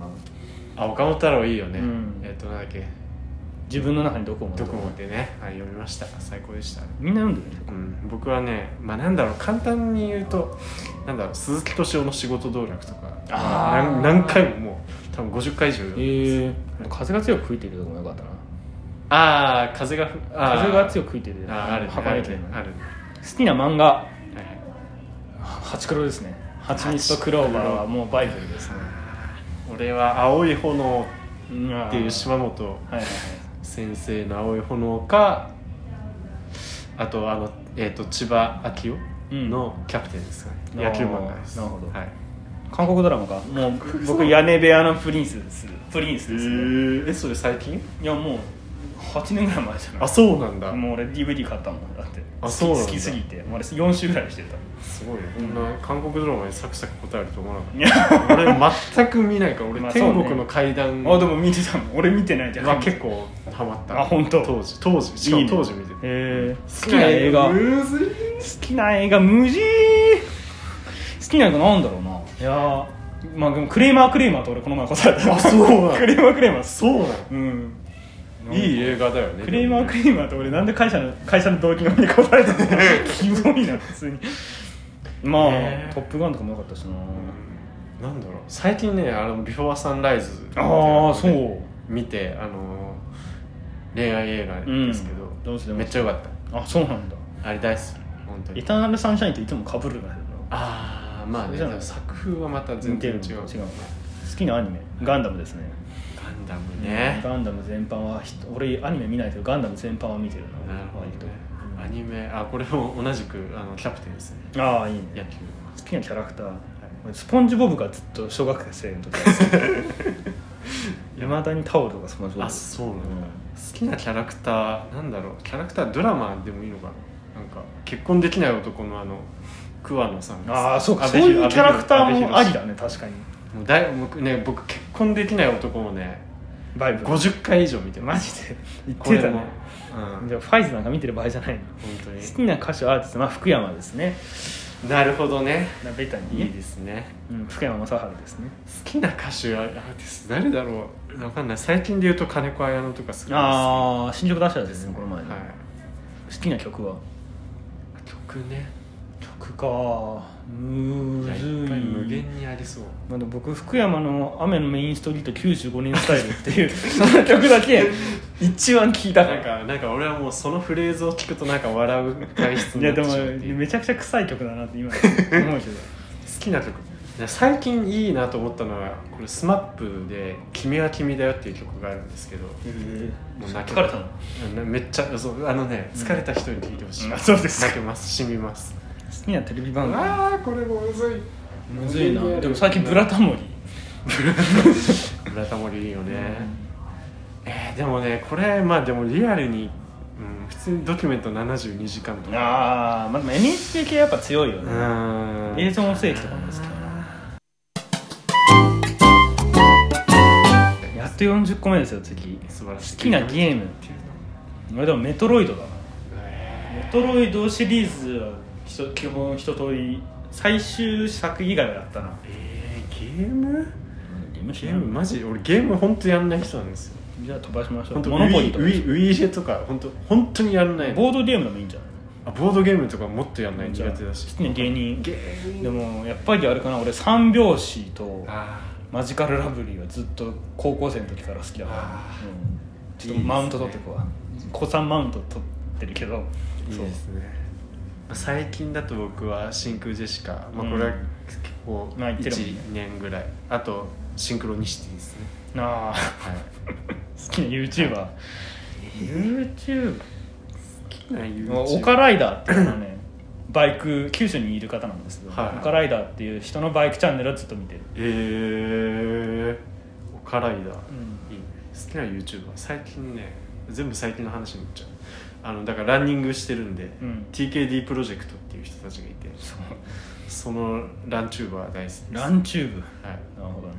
Speaker 1: な
Speaker 2: あ岡本太郎いいよね、
Speaker 1: うん
Speaker 2: えっ、となんだっけ
Speaker 1: 自分の中にどこも
Speaker 2: ドコモでね、はい、読みました最高でした、
Speaker 1: みんな読んでるね
Speaker 2: うん、僕はねまあなんだろう簡単に言うとなんだろう鈴木敏夫の仕事道楽とか
Speaker 1: あー
Speaker 2: なん何回ももう多分50回以上読んでます
Speaker 1: えー、風が強く吹いてるとこもよかったな
Speaker 2: ああ風がふあー
Speaker 1: 風が強く吹いてる
Speaker 2: あーあるね
Speaker 1: 箱根
Speaker 2: あるね
Speaker 1: 県の
Speaker 2: あるね
Speaker 1: 好きな漫画
Speaker 2: はいはい
Speaker 1: ハチクロですねハチミツとクローバーはもうバイブルですね
Speaker 2: 俺は「青い炎」っ
Speaker 1: って
Speaker 2: いう島本
Speaker 1: はいはいはい
Speaker 2: 先生の「青い炎か」あとあの、えー、と千葉明夫の「キャプテン」ですかね、
Speaker 1: うん
Speaker 2: 野球漫画です
Speaker 1: あーなるほど
Speaker 2: はい
Speaker 1: 韓国ドラマかもう僕屋根部屋のプリンスですプリンス
Speaker 2: え
Speaker 1: です、ね
Speaker 2: えそれ最近
Speaker 1: いやもう8年ぐらい前じゃない
Speaker 2: あそうなんだ
Speaker 1: もう俺 DVD 買ったもんだって
Speaker 2: あそうなんだ
Speaker 1: 好きすぎてもう俺4週ぐらいしてた
Speaker 2: すごいねこんな韓国ドラマにサクサク答えると思わなか
Speaker 1: いや
Speaker 2: った俺全く見ないから俺、
Speaker 1: まあそうね
Speaker 2: 天国の階段
Speaker 1: あでも見てたもん俺見てないじゃん、
Speaker 2: は結構ハマった
Speaker 1: あ本当
Speaker 2: 当時当時しか
Speaker 1: いい
Speaker 2: も
Speaker 1: ね
Speaker 2: 当時見てて
Speaker 1: えー、好きな映画
Speaker 2: むずい
Speaker 1: 好きな映画無事好きな映画なんだろうないやーまあでもクレーマークレーマーと俺この前答えた
Speaker 2: あそうな の
Speaker 1: クレーマークレーマー
Speaker 2: そうなの
Speaker 1: うん
Speaker 2: いい映画だよね
Speaker 1: クレーマークレーマーと俺なんで会社の会社の動機のみに答えたの キモいな普通にまあ、
Speaker 2: ね
Speaker 1: トップガンとかもよかったしな
Speaker 2: なんだろう最近ねあのビフォーサンライズって
Speaker 1: ああ
Speaker 2: い
Speaker 1: そう
Speaker 2: のをね
Speaker 1: う
Speaker 2: 見てあの恋愛映画ですけど、
Speaker 1: うんどうしても
Speaker 2: めっちゃ良かっ
Speaker 1: あそうなんだ
Speaker 2: たあれ大好き本当
Speaker 1: エ
Speaker 2: に
Speaker 1: ターナルサンシャインといつもかぶるんだけど
Speaker 2: ああまあ
Speaker 1: そう
Speaker 2: ね
Speaker 1: じゃない
Speaker 2: でも作風はまた全然違う
Speaker 1: 似てる違う好きなアニメガンダムですね
Speaker 2: ガンダムね、
Speaker 1: ガンダム全般はひ俺アニメ見ないけどガンダム全般は見てるな
Speaker 2: なるほどね
Speaker 1: 割と
Speaker 2: アニメあこれも同じくあのキャプテンですね
Speaker 1: ああいい
Speaker 2: 野
Speaker 1: ね
Speaker 2: 球
Speaker 1: 好きなキャラクター、俺スポンジボブがずっと小学生の時 いまだにタオルがスポンジボブ
Speaker 2: あそうなんだ、
Speaker 1: ん
Speaker 2: 好きなキャラクターなんだろうキャラクタードラマでもいいのかななんか結婚できない男のあの桑野さんです
Speaker 1: ああそうか
Speaker 2: 阿
Speaker 1: そう
Speaker 2: 部寛
Speaker 1: いうキャラクタ
Speaker 2: 阿部
Speaker 1: ー
Speaker 2: 寛
Speaker 1: もありだね確かに
Speaker 2: もうだい僕ね僕結婚できない男もね
Speaker 1: バイブ
Speaker 2: 50回以上見てま
Speaker 1: マ
Speaker 2: す
Speaker 1: ジで言ってたね
Speaker 2: うん
Speaker 1: じゃあファイズなんか見てる場合じゃないの
Speaker 2: 本当
Speaker 1: 好きな歌手アーティストまあ福山ですね
Speaker 2: になるほどね
Speaker 1: なベタに
Speaker 2: いい
Speaker 1: ね
Speaker 2: ですね
Speaker 1: うん、福山雅治ですね
Speaker 2: 好きな歌手アーティスト誰だろうわかんない最近で言うと金子綾乃とかすごい好
Speaker 1: ああ新宿ダッシャーですねこの前
Speaker 2: き
Speaker 1: の、
Speaker 2: はい
Speaker 1: 好きな曲は
Speaker 2: 曲ね
Speaker 1: 曲かむ
Speaker 2: いや
Speaker 1: ず
Speaker 2: いっぱい無
Speaker 1: い
Speaker 2: 限にありそう
Speaker 1: まあ、でも僕福山の「雨のメインスト リート95年スタイル」っていうその曲だけ一番聴いたか
Speaker 2: なん
Speaker 1: ら
Speaker 2: かなんか俺はもうそのフレーズを聞くとなんか笑う体質
Speaker 1: い
Speaker 2: にな
Speaker 1: や
Speaker 2: っ
Speaker 1: で
Speaker 2: てし
Speaker 1: も
Speaker 2: まうっていう
Speaker 1: めちゃくちゃ臭い曲だなって今思うけど
Speaker 2: 好きな曲で最近いいなと思ったのはこれ SMAP で「君は君だよ」っていう曲があるんですけど
Speaker 1: ええ
Speaker 2: もう
Speaker 1: ー、
Speaker 2: 泣け
Speaker 1: 疲れたの
Speaker 2: なめっちゃそうあのね疲れた人に聴いてほしい、
Speaker 1: うんそうですか
Speaker 2: 泣けますしみます
Speaker 1: 好きなテレビ番組
Speaker 2: ああこれもむずい
Speaker 1: むずいなでも最近「ブラタモリ」
Speaker 2: ブラタモリいいよね、えーでもねこれまあでもリアルに、うん、普通にドキュメント72時間とか
Speaker 1: ああまあでも NHK 系やっぱ強いよ
Speaker 2: う
Speaker 1: ね、
Speaker 2: ーん
Speaker 1: 映像の世紀とかもですけどやっと40個目ですよ次
Speaker 2: 素晴らしい
Speaker 1: 好きなゲーム
Speaker 2: っていうの
Speaker 1: 俺でもメトロイドだな
Speaker 2: え
Speaker 1: メトロイドシリーズはひと基本一通り最終作以外はやったな
Speaker 2: ーえーゲーム
Speaker 1: ゲーム
Speaker 2: ゲームマジ俺ゲーム本当やんない人なんですよ
Speaker 1: じゃあ飛ばしましょ
Speaker 2: 本
Speaker 1: う
Speaker 2: 当
Speaker 1: モノポリと
Speaker 2: ウ
Speaker 1: か
Speaker 2: ィウィウィーレとか本当本当にやんない
Speaker 1: ボ
Speaker 2: ボ
Speaker 1: ードゲームでもいいんじゃな
Speaker 2: あボードゲームとかもっとやんない
Speaker 1: い
Speaker 2: 苦手だし
Speaker 1: 好きな芸人
Speaker 2: ゲーム
Speaker 1: でもやっぱりあれかな俺三拍子と
Speaker 2: あ
Speaker 1: マジカルラブリーはずっと高校生の時から好きだから
Speaker 2: あ、
Speaker 1: うん、ちょっとマウント取ってこわ子さんマウント取ってるけど
Speaker 2: ーいい
Speaker 1: そう
Speaker 2: ですね最近だと僕は真空ジェシカ、ま
Speaker 1: う
Speaker 2: あ、
Speaker 1: ん
Speaker 2: これは結構
Speaker 1: まあ言ってるもんね
Speaker 2: 1年ぐらい、あとシンクロニシティですね
Speaker 1: なあ
Speaker 2: はい
Speaker 1: 好きな YouTuberYouTuber、YouTuber
Speaker 2: 好きな YouTube
Speaker 1: オカライダーっていうのはね バイク九州にいる方なんですけど、
Speaker 2: はいはい
Speaker 1: オカライダーっていう人のバイクチャンネルはずっと見てる、
Speaker 2: えー、おからいだ、
Speaker 1: ん
Speaker 2: いいね好きな YouTuber 最近ね全部最近の話になっちゃうあのだからランニングしてるんで、
Speaker 1: うん
Speaker 2: TKD プロジェクトっていう人たちがいてそのランチューバー大好きです
Speaker 1: ランチューブ
Speaker 2: はい
Speaker 1: なるほどね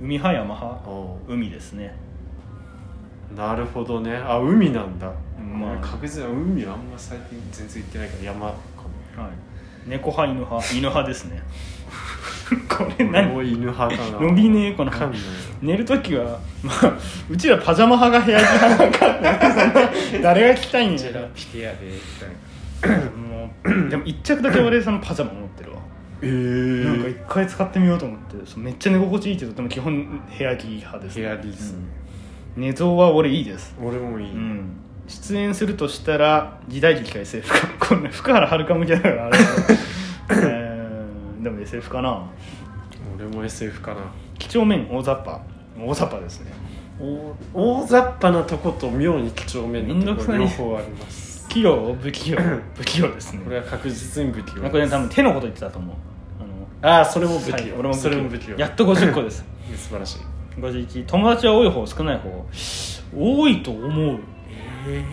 Speaker 1: 海派山派
Speaker 2: おう
Speaker 1: 海ですね
Speaker 2: なるほどねあ海なんだ、
Speaker 1: まあ
Speaker 2: 俺確実に海あんま最近全然行ってないから山かも
Speaker 1: はい猫派犬派犬派です ねこれ
Speaker 2: 俺
Speaker 1: 何
Speaker 2: も犬派かな
Speaker 1: 伸びねえこの
Speaker 2: わかんない
Speaker 1: 寝る時は、まあ、うちらパジャマ派が部屋着派なん か誰が着たいんじゃな
Speaker 3: ピケアでみたいな
Speaker 1: もうでも一着だけ俺そのパジャマ持ってるわ
Speaker 2: え
Speaker 1: なんか
Speaker 2: ー
Speaker 1: 一、回使ってみようと思ってそうめっちゃ寝心地いいけどでも基本部屋着派です、
Speaker 2: 部屋着ですね
Speaker 1: うん寝相は俺いいです、
Speaker 2: 俺もいい、
Speaker 1: うん、出演するとしたら時代劇か SF かこんな福原遥向けだからあれ えーでも SF かな
Speaker 2: 俺も SF かな
Speaker 1: 几帳面大雑把大雑把ですね
Speaker 2: 大大雑把なとこと妙に几帳面なとこ
Speaker 1: めん
Speaker 2: 両
Speaker 1: どくさい
Speaker 2: 方あります
Speaker 1: 器用不器 用不器用ですね
Speaker 2: これは確実に不器用
Speaker 1: これね多分手のこと言ってたと思う
Speaker 2: ああそれも
Speaker 1: あの
Speaker 2: 不器用、
Speaker 1: はい俺も
Speaker 2: それも不器用
Speaker 1: やっと50個です
Speaker 2: 素晴らしい
Speaker 1: 51友達は多い方少ない方多いと思う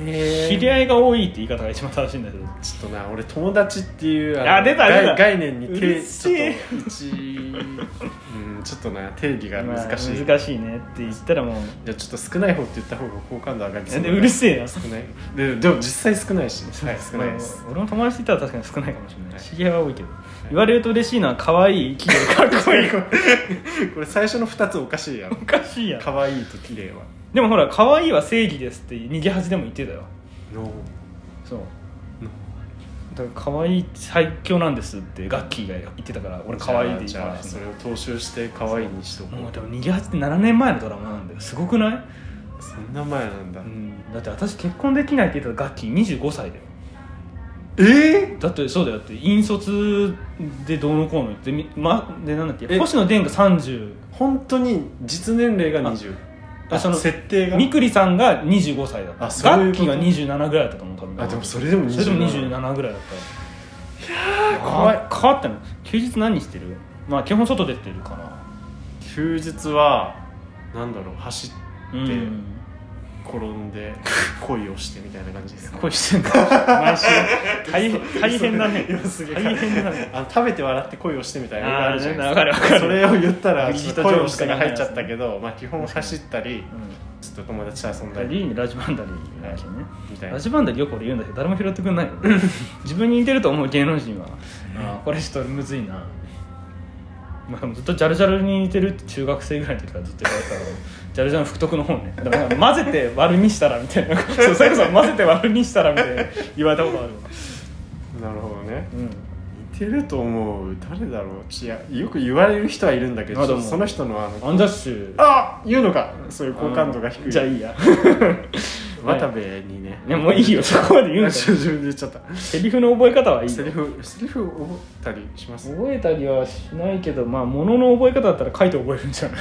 Speaker 2: え
Speaker 1: 知り合いが多いって言い方が一番正しいんだけど
Speaker 2: ちょっとな俺友達っていうの
Speaker 1: あ出た
Speaker 2: 概
Speaker 1: 出た
Speaker 2: 概念に
Speaker 1: う
Speaker 2: 定
Speaker 1: るせえ
Speaker 2: ちょっと一うんちょっとな定義が難しい、
Speaker 1: まあ
Speaker 2: じゃ
Speaker 1: 難しいねって言ったらもう
Speaker 2: あちょっと少ない方って言った方が好感度上がりそう
Speaker 1: でうるせえな
Speaker 2: 少ないででも実際少ないし、はい、少ないです
Speaker 1: まあ俺も友達って言ったら確かに少ないかもしれない、
Speaker 2: はい
Speaker 1: 知り合いは多いけど、言われると嬉しいのは可愛い綺麗かっこ いい
Speaker 2: これ最初の2つおかしいやろ
Speaker 1: おかしいやん
Speaker 2: 可愛いと綺麗は
Speaker 1: でもほら可愛いは正義ですって逃げ恥でも言ってたよ
Speaker 2: の
Speaker 1: そうだから可愛い最強なんですってガッキーが言ってたから俺可愛いって
Speaker 2: じ
Speaker 1: 言
Speaker 2: ゃ
Speaker 1: っ
Speaker 2: あ
Speaker 1: た
Speaker 2: じゃ
Speaker 1: ら
Speaker 2: あそれを踏襲して可愛いにしとこ
Speaker 1: もうで
Speaker 2: う
Speaker 1: も逃げ恥って7年前のドラマなんだよすごくない、
Speaker 2: そんな前なんだ、
Speaker 1: うん、だって私結婚できないって言ってたガッキー25歳だよ
Speaker 2: え
Speaker 1: だってそうだよだって引率でどうのこうの言ってみ、ま、でなんだっけ
Speaker 2: え
Speaker 1: 星野源が30
Speaker 2: 本当に実年齢が20
Speaker 1: あその
Speaker 2: 設定が
Speaker 1: みくりさんが25歳だった
Speaker 2: あそうい
Speaker 1: ガッ
Speaker 2: うこ
Speaker 1: キ
Speaker 2: と
Speaker 1: ーが27ぐらいだったと思う多分
Speaker 2: あでもそれでも27
Speaker 1: それでも27ぐらいだったいやー
Speaker 2: 怖い
Speaker 1: 変わったの休日何してるまあ基本外出てるかな
Speaker 2: 休日はなんだろう走って
Speaker 1: うん
Speaker 2: 転んで 恋をしてみたいな感じです
Speaker 1: 恋してんだ毎週大変大変だ ね
Speaker 2: 今すげえ
Speaker 1: 大変だね
Speaker 2: あの食べて笑って恋をしてみたいなのがあるじゃない
Speaker 1: あーねわ
Speaker 2: です
Speaker 1: かるわかる
Speaker 2: それを言ったら
Speaker 1: ブリジット
Speaker 2: 恋をしてが入っちゃったけど、まあ、基本走ったり
Speaker 1: う
Speaker 2: ちょっと友達と遊ん
Speaker 1: ん
Speaker 2: だ
Speaker 1: だから
Speaker 2: り
Speaker 1: リーにラジバンダリーだっけね、
Speaker 2: みたいな
Speaker 1: ラジバンダリーよく俺言うんだけど誰も拾ってくんないよ 自分に似てると思う芸能人はあーこれちょっとむずいな、まあ、でもずっとジャルジャルに似てるって中学生ぐらいの時からずっと言われてたからジャルジャルの福徳の方ねだから混ぜて割るにしたらみた いなそうそれこそ混ぜて割るにしたらみたいな言われたことあるわ
Speaker 2: なるほどね
Speaker 1: うん
Speaker 2: 似てると思う誰だろうちやよく言われる人はいるんだけど
Speaker 1: あでも
Speaker 2: ちょっとその人のあの
Speaker 1: アンジャッシュ
Speaker 2: あ言うのかそういう好感度が低い
Speaker 1: じゃあいいや
Speaker 2: 渡部にね
Speaker 1: ねもういいよそこまで言うんだ
Speaker 2: 自分で言っちゃった
Speaker 1: セリフの覚え方はいい
Speaker 2: セ
Speaker 1: よ
Speaker 2: リフセリフ覚えたりします
Speaker 1: 覚えたりはしないけどまあものの覚え方だったら書いて覚えるんじゃない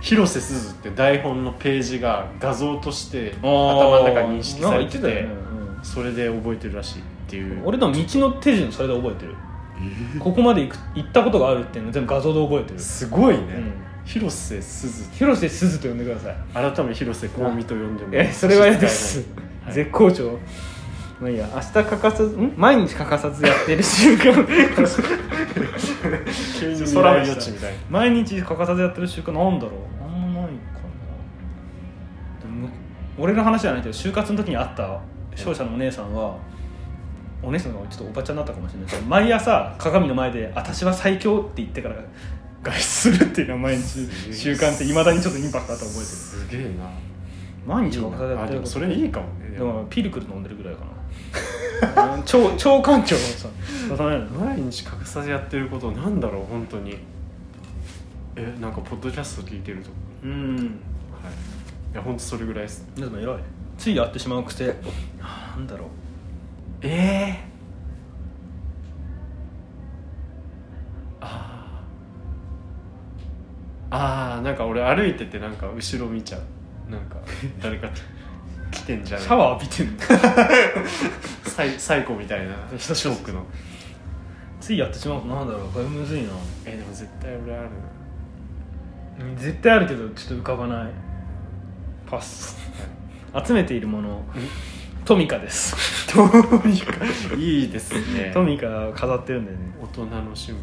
Speaker 2: 広瀬すずって台本のページが画像として 頭の中に認識
Speaker 1: な
Speaker 2: されて
Speaker 1: んか言ってた
Speaker 2: て、
Speaker 1: よねうん
Speaker 2: それで覚えてるらしいっていう
Speaker 1: 俺でも道の手順それで覚えてるここまで行く行ったことがあるっていうの全部画像で覚えてる、
Speaker 2: すごいね、
Speaker 1: うん、
Speaker 2: 広瀬すず
Speaker 1: 広瀬すずと呼んでください
Speaker 2: 改め広瀬香美と呼んでも
Speaker 1: えそ れは嫌です、
Speaker 2: はい
Speaker 1: 絶好調まあいいや明日欠かさずん毎日欠かさずやってる習慣
Speaker 2: 急に
Speaker 1: 空
Speaker 2: 空の
Speaker 1: の
Speaker 2: 余
Speaker 1: 余
Speaker 2: 地
Speaker 1: 地
Speaker 2: み
Speaker 1: み
Speaker 2: たいな
Speaker 1: 毎日欠かさずやってる習慣なんだろうあんまないかなでも俺の話じゃないけど就活の時に会った商社のお姉さんはお姉さんがちょっとおばちゃんになったかもしれないけど毎朝鏡の前で「私は最強」って言ってから外出するっていうのは毎日習慣っていまだにちょっとインパクトあったの覚えてる
Speaker 2: すげえな
Speaker 1: 毎日欠かさずやっ
Speaker 2: あ
Speaker 1: てる
Speaker 2: でも
Speaker 1: こと
Speaker 2: それいいかもね
Speaker 1: でもピルクル飲んでるぐらいかな 腸腸環境をさ整えるの
Speaker 2: 毎日欠かさずやってることなんだろう本当にえなんかポッドキャスト聞いてると
Speaker 1: うん
Speaker 2: はいいや本当それぐらいです
Speaker 1: でも偉いついやってしまう癖あーなんだろう
Speaker 2: ええあーあーなんか俺歩いててなんか後ろ見ちゃうなん か誰か来てんじゃない
Speaker 1: シャワー浴びてんの
Speaker 2: サイサイコみたいなショックの
Speaker 1: ついやってしまうなんだろうこれむずいな
Speaker 2: えでも絶対俺あるな
Speaker 1: 絶対あるけどちょっと浮かばないパス集めているものトミカです
Speaker 2: トミカいいですね
Speaker 1: トミカ飾ってるんだよね
Speaker 2: 大人の趣味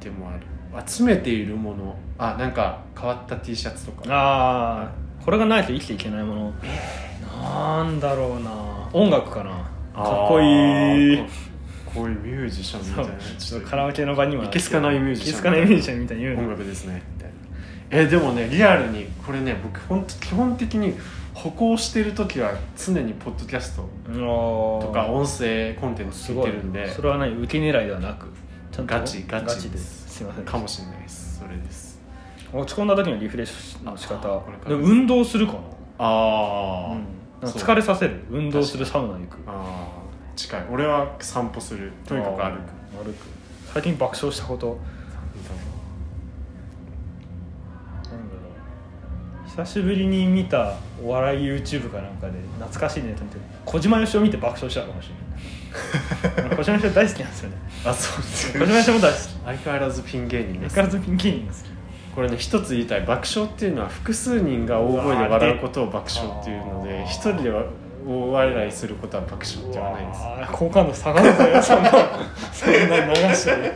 Speaker 2: でもある集めているものあなんか変わった T シャツとか
Speaker 1: ああこれがないと生きていけないものなんだろうな音楽かなかっこいい
Speaker 2: かっこいいミュージシャンみた
Speaker 1: そ
Speaker 2: いうな
Speaker 1: ちょっとカラオケの場にはい
Speaker 2: けすかないミュージシャン
Speaker 1: いけすかないミュージシャンみたいに言う
Speaker 2: 音
Speaker 1: の
Speaker 2: 楽ですねみたいなえでもねリアルにこれね僕本当基本的に歩行してる時は常にポッドキャストと
Speaker 1: と
Speaker 2: か音声コンテンツ聞いてるんで
Speaker 1: それは何受け狙いではなくちゃんと
Speaker 2: ガチガチ
Speaker 1: で
Speaker 2: ですす
Speaker 1: すいません
Speaker 2: かもしれないですそれです
Speaker 1: 落ち込んだ時のリフレッシュの仕
Speaker 2: あ
Speaker 1: 方
Speaker 2: これから
Speaker 1: で運動するか
Speaker 2: あ
Speaker 1: な,、
Speaker 2: あ、
Speaker 1: うん、なんか
Speaker 2: そう
Speaker 1: 疲れさせる運動するサウナ行く
Speaker 2: あー近い俺は散歩するとにかく歩く
Speaker 1: あー歩く最近爆笑したことなんだろう久しぶりに見たお笑い YouTube かなんかで懐かしいねと思って小島よしお見て爆笑したかもしれない小島よしお大好きなんですよね
Speaker 2: あそうです
Speaker 1: 小島よしおも大好き
Speaker 2: 相変わらずピン芸人
Speaker 1: 相
Speaker 2: です
Speaker 1: 変わらずピン芸人が好き
Speaker 2: これね一つ言いたい爆笑っていうのは複数人が大声で笑うことを爆笑っていうの
Speaker 1: うわ
Speaker 2: で
Speaker 1: ー
Speaker 2: 一人では大笑いすることは爆笑って言わないです
Speaker 1: あー好感度下がるぞよそんなそんな流して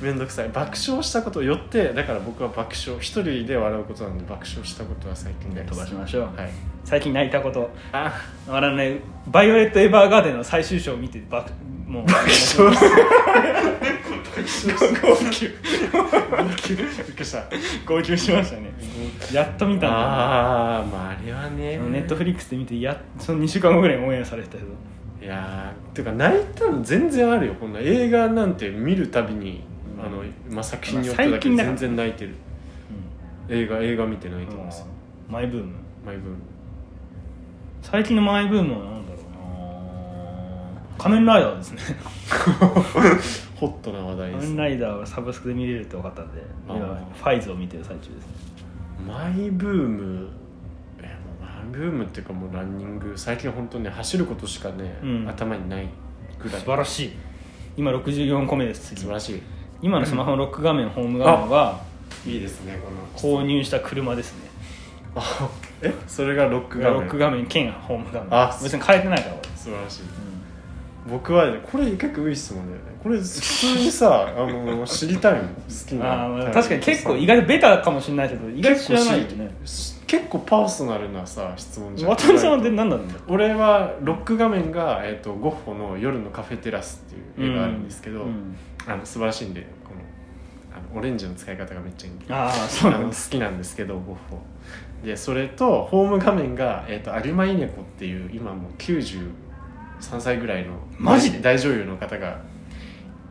Speaker 2: めんどくさい爆笑したことよってだから僕は爆笑一人で笑うことなんで爆笑したことは最近ないです
Speaker 1: 飛ばしましょう
Speaker 2: はい
Speaker 1: 最近泣いたこと
Speaker 2: あ
Speaker 1: だからね「バイオレット・エヴァーガーデン」の最終章を見て爆もう爆笑 号泣
Speaker 2: びっくりした
Speaker 1: 号泣しましたねやっと見たんだ
Speaker 2: ああまああれはね
Speaker 1: ネットフリックスで見てやっその2週間後ぐらいにオンエアされてたけど
Speaker 2: いやーていうか泣いたの全然あるよこんな映画なんて見るたびに、
Speaker 1: うん
Speaker 2: あのまあ、作品によってだけ
Speaker 1: ま
Speaker 2: ど
Speaker 1: あ最近だから
Speaker 2: 全然泣いてる映画映画見て泣いてます、
Speaker 1: マイブーム
Speaker 2: マイブー ム
Speaker 1: 最近のマイブームは何だろうな仮面ライダーです ね
Speaker 2: ホットな話題
Speaker 1: 仮
Speaker 2: です
Speaker 1: 面ライダーはサブスクで見れるって分かったんで
Speaker 2: あ
Speaker 1: 今
Speaker 2: ー
Speaker 1: ファイズを見てる最中ですね
Speaker 2: マイブームえもうマイブームっていうかもうランニング最近本当ね走ることしかね、
Speaker 1: うん
Speaker 2: 頭にないぐらい
Speaker 1: 素晴らしい今64個目です
Speaker 2: 素
Speaker 1: 次
Speaker 2: 晴らし
Speaker 1: 今のスマホのロック画面ホーム画面はい
Speaker 2: いいですねこの
Speaker 1: 購入した車ですね
Speaker 2: あ えそれがロック画
Speaker 1: ロ
Speaker 2: 面
Speaker 1: ック画面兼ホーム画面
Speaker 2: あ
Speaker 1: 別に変えてないから俺
Speaker 2: 素晴らしい僕はねこれ結構いい質問だよねこれ普通 にさあの知りたいもん好きな
Speaker 1: あーまあ確かに結構意外とベタかもしれないけど意外と知らないよね
Speaker 2: 結構パーソナルなさ質問じゃん
Speaker 1: 渡辺さんはで何なんだろ
Speaker 2: 俺はロック画面が、えー、とゴッホの「夜のカフェテラス」っていう映画あるんですけど、
Speaker 1: うん
Speaker 2: あの素晴らしいんでこのあのオレンジの使い方がめっちゃいいんで
Speaker 1: ああそ
Speaker 2: あ
Speaker 1: うなん
Speaker 2: の
Speaker 1: で
Speaker 2: 好
Speaker 1: す
Speaker 2: きなんですけどゴッホでそれとホーム画面が、えー、と有馬稲子っていう今もう93歳ぐらいの
Speaker 1: マジで
Speaker 2: 大女優の方が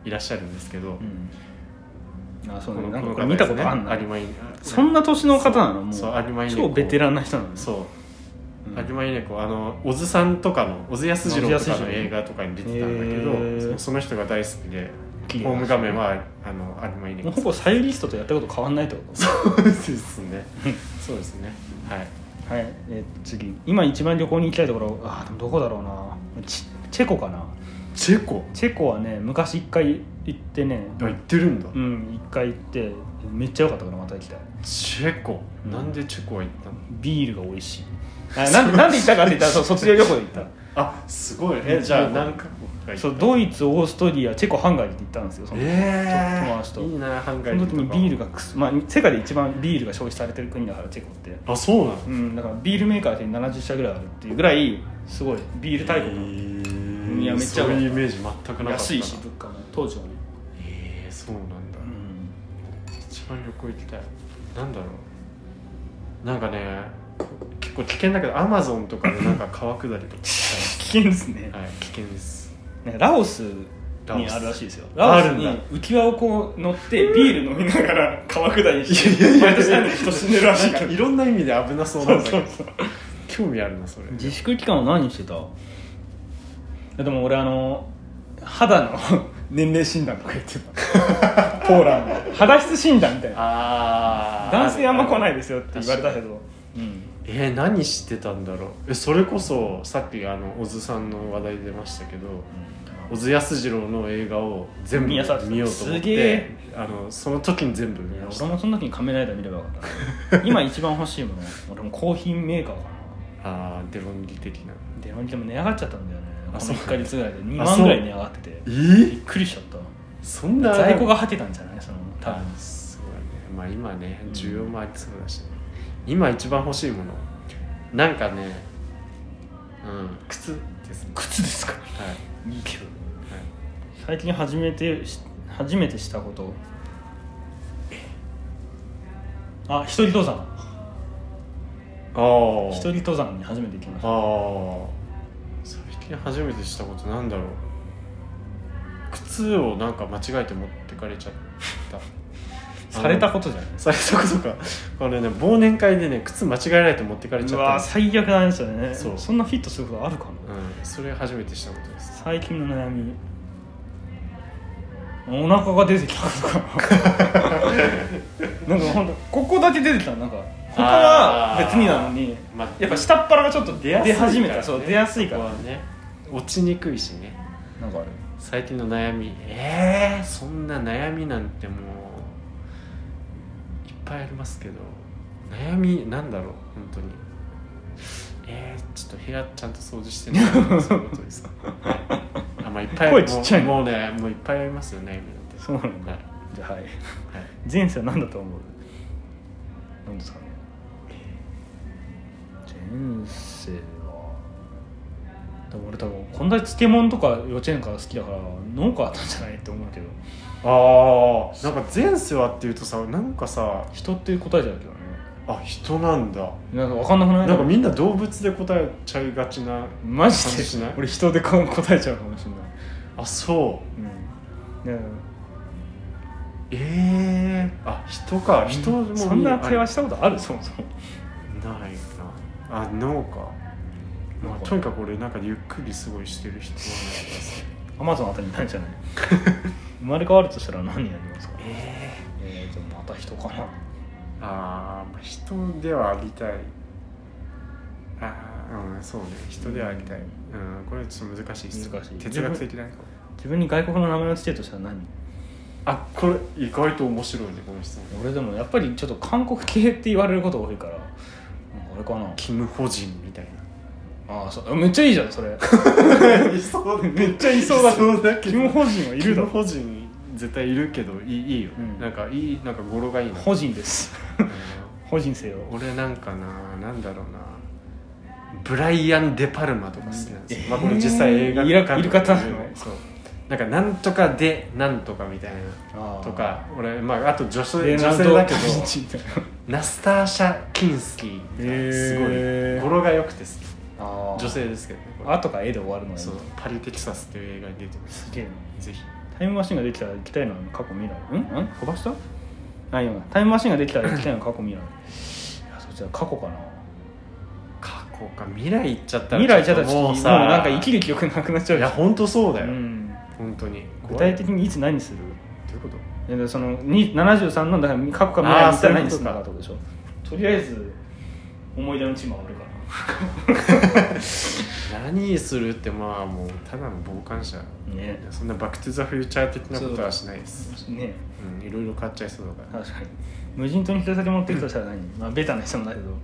Speaker 2: いらっしゃるんですけど、
Speaker 1: ああそうなんだな
Speaker 2: こ
Speaker 1: ん
Speaker 2: の
Speaker 1: かこれ
Speaker 2: この方
Speaker 1: 見たことあ
Speaker 2: です
Speaker 1: ん
Speaker 2: ね
Speaker 1: な
Speaker 2: 有馬稲
Speaker 1: そんな年の方なのも
Speaker 2: そう有馬
Speaker 1: う
Speaker 2: 稲子
Speaker 1: 超ベテランな人なの
Speaker 2: そう
Speaker 1: うん
Speaker 2: 滝間稲子あの小津さんとかの小津安二郎とか
Speaker 1: 小津安二
Speaker 2: の
Speaker 1: 郎
Speaker 2: 映画とかに出てたんだ
Speaker 1: へ
Speaker 2: けど
Speaker 1: ー
Speaker 2: そその人が大好きで
Speaker 1: 聞いてましたね
Speaker 2: ホーム画面はあの有馬稲
Speaker 1: もう
Speaker 2: 子
Speaker 1: ほぼサイリストとやったこと変わんないってこ
Speaker 2: そうですねそうですねはい
Speaker 1: とはい、えー次今一番旅行に行きたいところあーでもどこだろうなチチェコかな
Speaker 2: チェコ
Speaker 1: チェコはね昔一回行ってね
Speaker 2: あ行ってるんだ、
Speaker 1: うん一回行ってめっちゃ良かったからまた行きたい
Speaker 2: チェコ
Speaker 1: うん
Speaker 2: なんでチェコは行ったの
Speaker 1: ビールが美味しいあなんなんで行ったかって言ったらそう卒業旅行で行った
Speaker 2: あすごいえじゃあ何カ国か行った
Speaker 1: そうドイツオーストリアチェコハンガリーって行ったんですよその,、
Speaker 2: え
Speaker 1: 友
Speaker 2: え
Speaker 1: 達と
Speaker 2: いいなハン
Speaker 1: そ
Speaker 2: ガリー
Speaker 1: の
Speaker 2: と
Speaker 1: 時
Speaker 2: か
Speaker 1: にビールがくす、まあ、世界で一番ビールが消費されてる国だからチェコって、
Speaker 2: あそうなの
Speaker 1: うん、だからビールメーカーで70社ぐらいあるっていうぐらいすごいビール大国なの、
Speaker 2: 国
Speaker 1: いやめっちゃ
Speaker 2: そういうイメージ全くなかったな
Speaker 1: 安いし物価も当時はね、
Speaker 2: ええそうなんだ、
Speaker 1: うん、
Speaker 2: 一番旅行行きたいなんだろうなんかね結構危険だけどアマゾンとかでなんか川下りとかし
Speaker 1: 危険ですね
Speaker 2: たい、はい、危険です
Speaker 1: ねラオス
Speaker 2: ラオ
Speaker 1: に
Speaker 2: ス
Speaker 1: あるらしいですよ
Speaker 2: あ
Speaker 1: ラオス
Speaker 2: あ
Speaker 1: に
Speaker 2: るんだ
Speaker 1: 浮き輪をこう乗ってビール飲みながら川下りして
Speaker 2: いやいやいや
Speaker 1: 毎年なんか人死んでるらしいか
Speaker 2: な
Speaker 1: ら
Speaker 2: んかいろんな意味で危なそうなんだけど
Speaker 1: そうそうそう
Speaker 2: 興味あるなそれ
Speaker 1: 自粛期間は何してたいやでも俺あの肌の年齢診断とか言って たポーランド肌質診断みたいな
Speaker 2: あ
Speaker 1: 男性あんま来ないですすよって言われたけど、うん、
Speaker 2: えー、何してたんだろうえそれこそさっきあの小津さんの話題出ましたけど小津安二郎の映画を全部見
Speaker 1: 見
Speaker 2: よ
Speaker 1: あ
Speaker 2: う
Speaker 1: さ
Speaker 2: と
Speaker 1: ってた
Speaker 2: 思っ
Speaker 1: すげ
Speaker 2: て
Speaker 1: え
Speaker 2: あのその時に全部見まし
Speaker 1: 俺
Speaker 2: た
Speaker 1: もその時に仮面ライダー見ればよか ったな今一番欲しいもの俺もコーヒーメーカーかな
Speaker 2: ああデロンギ的な
Speaker 1: デロンギでも値上がっちゃったんだよねこ
Speaker 2: あ
Speaker 1: の
Speaker 2: そう
Speaker 1: 1か月ぐらいで2
Speaker 2: あそ
Speaker 1: 万
Speaker 2: う
Speaker 1: ぐらい値上がってて
Speaker 2: え
Speaker 1: びっくりしちゃった
Speaker 2: そんな
Speaker 1: 在庫がはけたんじゃないその多
Speaker 2: あ
Speaker 1: 分
Speaker 2: そうだねまあ今ね需要もありそうだしね、今一番欲しいものなんかねうん靴ですね
Speaker 1: 靴ですか
Speaker 2: はい、はい
Speaker 1: いけど最近初めてし初めてしたことあ一人登山
Speaker 2: ああ
Speaker 1: 一人登山に初めて行きました
Speaker 2: ああ最近初めてしたことなんだろう靴をなんか間違えて持ってかれちゃった
Speaker 1: されたことじゃない
Speaker 2: されたことかこれね忘年会でね靴間違えられて持ってかれち
Speaker 1: う
Speaker 2: ゃ
Speaker 1: わ
Speaker 2: った
Speaker 1: 最悪なんですよね
Speaker 2: そう
Speaker 1: そんなフィットすることあるかな
Speaker 2: のうんそれ初めてしたことです
Speaker 1: 最近の悩みお腹が出てきたことか ななんかほんとここだけ出てきたなんか他は別になのに
Speaker 2: まあ
Speaker 1: やっぱ下っ腹がちょっと出始めたそう出やすいか
Speaker 2: こ
Speaker 1: ら
Speaker 2: こはね落ちにくいしね
Speaker 1: なんかある
Speaker 2: 最近の悩みえー、そんな悩みなんてもういっぱいありますけど悩みなんだろう本当にえー、ちょっと部屋ちゃんと掃除してないとかそういうこ とですかはいあまあいっぱい
Speaker 1: 声ちっちゃい
Speaker 2: もうもうねもういっぱいありますよ悩みなんて
Speaker 1: そうなんだ
Speaker 2: はい
Speaker 1: じゃあはい
Speaker 2: はい
Speaker 1: 前世は何だと思う何ですかね前世はでも俺多分こんな漬物とか幼稚園から好きだから農家だったんじゃないって思うけど
Speaker 2: ああなんか前世はっていうとさなんかさ
Speaker 1: 人っていう答えじゃないけどね
Speaker 2: あ人なんだ
Speaker 1: なんか分かんなくない
Speaker 2: なんかみんな動物で答えちゃいがちな
Speaker 1: マジ
Speaker 2: 感じしな
Speaker 1: で
Speaker 2: い
Speaker 1: 俺人で顔答えちゃうかもしれない
Speaker 2: あそう
Speaker 1: うんね
Speaker 2: ええあ人か人も
Speaker 1: そんな
Speaker 2: 見え
Speaker 1: 会話したことあるそもそも
Speaker 2: あないなあ脳か、まあ、とにかく俺なんかゆっくりすごいしてる人なんです
Speaker 1: アマゾンあたりにないんじゃない生まれ変わるとしたら何やりますか
Speaker 2: え
Speaker 1: えー、でもまた人かな
Speaker 2: ー、あーまあ人ではありたいああうんそうね人ではありたいうんこれちょっと難しいっす
Speaker 1: 難しい
Speaker 2: 哲学的な
Speaker 1: 自分に外国の名前をつけるとしたら何
Speaker 2: あこれ意外と面白いねこの質問
Speaker 1: 俺でもやっぱりちょっと韓国系って言われること多いからなんか俺かな
Speaker 2: キム・ホジンみたいな
Speaker 1: ああそうめっちゃいいじゃんそれ
Speaker 2: いそう
Speaker 1: めっちゃいそうだ
Speaker 2: け
Speaker 1: キ
Speaker 2: ど
Speaker 1: ム・ホジンはい
Speaker 2: い
Speaker 1: る
Speaker 2: る
Speaker 1: だ
Speaker 2: だ
Speaker 1: ろ
Speaker 2: 個人絶対いるけどいいいいよ、
Speaker 1: うん
Speaker 2: なんかいいなんか語呂がいいな
Speaker 1: ホジンです
Speaker 2: うん
Speaker 1: ホジンせよ
Speaker 2: 俺なんかななんだろうなブライアン・デ・パルマとか好きなんですよ、
Speaker 1: うん
Speaker 2: まあこれ実際映画
Speaker 1: イラク
Speaker 2: 監督
Speaker 1: イルカタンの
Speaker 2: そうなんかなんとかでなんとかみたい
Speaker 1: あ
Speaker 2: な
Speaker 1: ー
Speaker 2: とか俺まああと女性
Speaker 1: レ
Speaker 2: 女
Speaker 1: ナル
Speaker 2: 性
Speaker 1: ド・
Speaker 2: だけど
Speaker 1: ダヴィンチみたいな
Speaker 2: ナスターシャ・キンスキー
Speaker 1: へー
Speaker 2: がすごい語呂が良くて好
Speaker 1: あ
Speaker 2: き女性ですけどねこれ
Speaker 1: あとか絵で終わるのよ
Speaker 2: そうパリ・テキサスっていう映画に出てます
Speaker 1: すげえな
Speaker 2: ぜひ
Speaker 1: タイムマシンができたら行きたいのは過去未来んん飛ばしたあいやタイムマシンができたら行きたいのは過去未来いやそっちは過去かな
Speaker 2: 過去こうか未来行っちゃったら
Speaker 1: 未来じゃたちょっとも
Speaker 2: も
Speaker 1: う
Speaker 2: う
Speaker 1: もう
Speaker 2: さ
Speaker 1: なんか生きる記憶なくなっちゃう
Speaker 2: い
Speaker 1: し
Speaker 2: や本当そうだよ、
Speaker 1: うん、
Speaker 2: 本当に
Speaker 1: 具体的にいつ何する
Speaker 2: どういうこと
Speaker 1: いやそのに73のだから過去か未来にったら何するのかってことでしょとりあえず思い出のチームは俺か
Speaker 2: 何するってまあもうただの傍観者
Speaker 1: なね
Speaker 2: そんなバック・トゥ・ザ・フューチャー的なことはしないです
Speaker 1: ね
Speaker 2: うんいろいろ買っちゃいそうだから、
Speaker 1: 確かに無人島に一人だけ持ってきたとしたら何、まあ、ベタな人もだけど、
Speaker 2: うん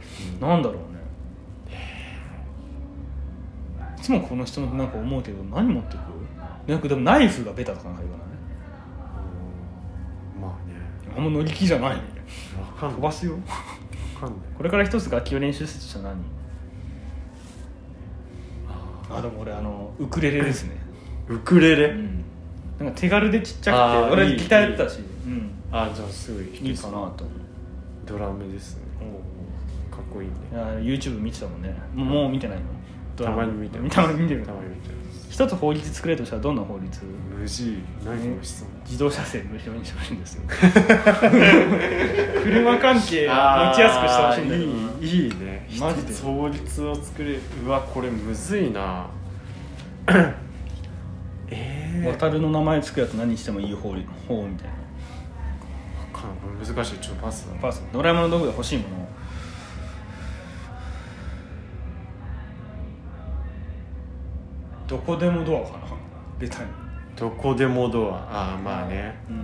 Speaker 1: なんだろうねいつもこの質問なんか思うけど何持ってくなんかでもナイフがベタとかなんか言わない
Speaker 2: うんまあね
Speaker 1: あんま乗り気じゃないね
Speaker 2: わかん
Speaker 1: 飛
Speaker 2: ない
Speaker 1: ば
Speaker 2: わ
Speaker 1: すよ
Speaker 2: かんない
Speaker 1: これから一つ楽器を練習するとしたら何あでも俺あのウクレレですね、
Speaker 2: ウクレレ、
Speaker 1: うん、なんか手軽でちっちゃ
Speaker 2: あ
Speaker 1: く
Speaker 2: ー
Speaker 1: て俺
Speaker 2: いい
Speaker 1: ギターやってたしうん
Speaker 2: あじゃあすぐ弾
Speaker 1: い
Speaker 2: け
Speaker 1: いか
Speaker 2: そう
Speaker 1: なと思
Speaker 2: ドラムですねかっこいいね
Speaker 1: ういや YouTube 見てたもんねもうもう見てないのド
Speaker 2: た
Speaker 1: ラマ
Speaker 2: まに見てます
Speaker 1: たまに見てる
Speaker 2: たまに見てます
Speaker 1: 一つ法律作れるとしたらどんな法律
Speaker 2: 無事何をしそう
Speaker 1: 自動車線無償にしてほしいんですよ 車関係
Speaker 2: あ
Speaker 1: 持
Speaker 2: ー
Speaker 1: ちやすくしてほしいんだけどない
Speaker 2: いいいね
Speaker 1: マジで
Speaker 2: 一つ法律を作れるうわこれむずいなええー、
Speaker 1: 渡るの名前つくやつ何してもいい法律法みたいな
Speaker 2: わかんないこれ難しいちょっとパスだ
Speaker 1: パースドラえもんの道具で欲しいものどこでもドアかなベタに
Speaker 2: どこでもドアああまあね
Speaker 1: うん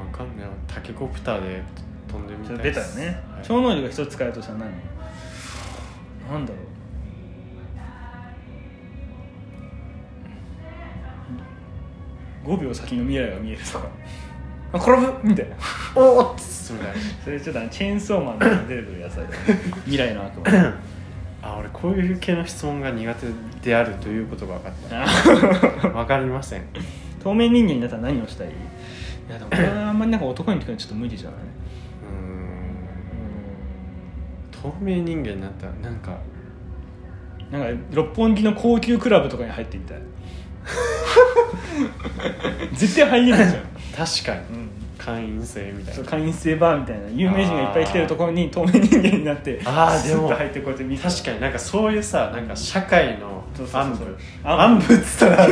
Speaker 2: わかんないタケコプターで飛んでみ
Speaker 1: ち
Speaker 2: た
Speaker 1: ょ
Speaker 2: い
Speaker 1: っと
Speaker 2: で
Speaker 1: ベ
Speaker 2: す
Speaker 1: タよね、
Speaker 2: はい
Speaker 1: 超能力が一つ使えるとしたら何なんだろう5秒先の未来が見える とかあ転ぶみたいな
Speaker 2: おーっつみたいな
Speaker 1: それちょっとあのチェーンソーマンの出てくるやつだよね未来の悪魔
Speaker 2: あ俺こういう系の質問が苦手であるということが分かっ
Speaker 1: あ
Speaker 2: た分かりません
Speaker 1: 透明人間になったら何をしたいいやでもこれはあんまりなんか男に聞くのちょっと無理じゃないう
Speaker 2: ーん透明人間になったらなんか
Speaker 1: なんか六本木の高級クラブとかに入ってみ たい絶対入れないじゃん
Speaker 2: 確かに
Speaker 1: うん
Speaker 2: 会員制みたい
Speaker 1: そう
Speaker 2: な
Speaker 1: 会員制バーみたいな有名人がいっぱい来てるところに透明人間になって
Speaker 2: あーでも
Speaker 1: スッと入ってこうやって見て
Speaker 2: 確かになんかそういうさなんか社会の
Speaker 1: そうそう
Speaker 2: 暗
Speaker 1: そう
Speaker 2: 部
Speaker 1: 暗
Speaker 2: 暗
Speaker 1: 部
Speaker 2: 部っつったら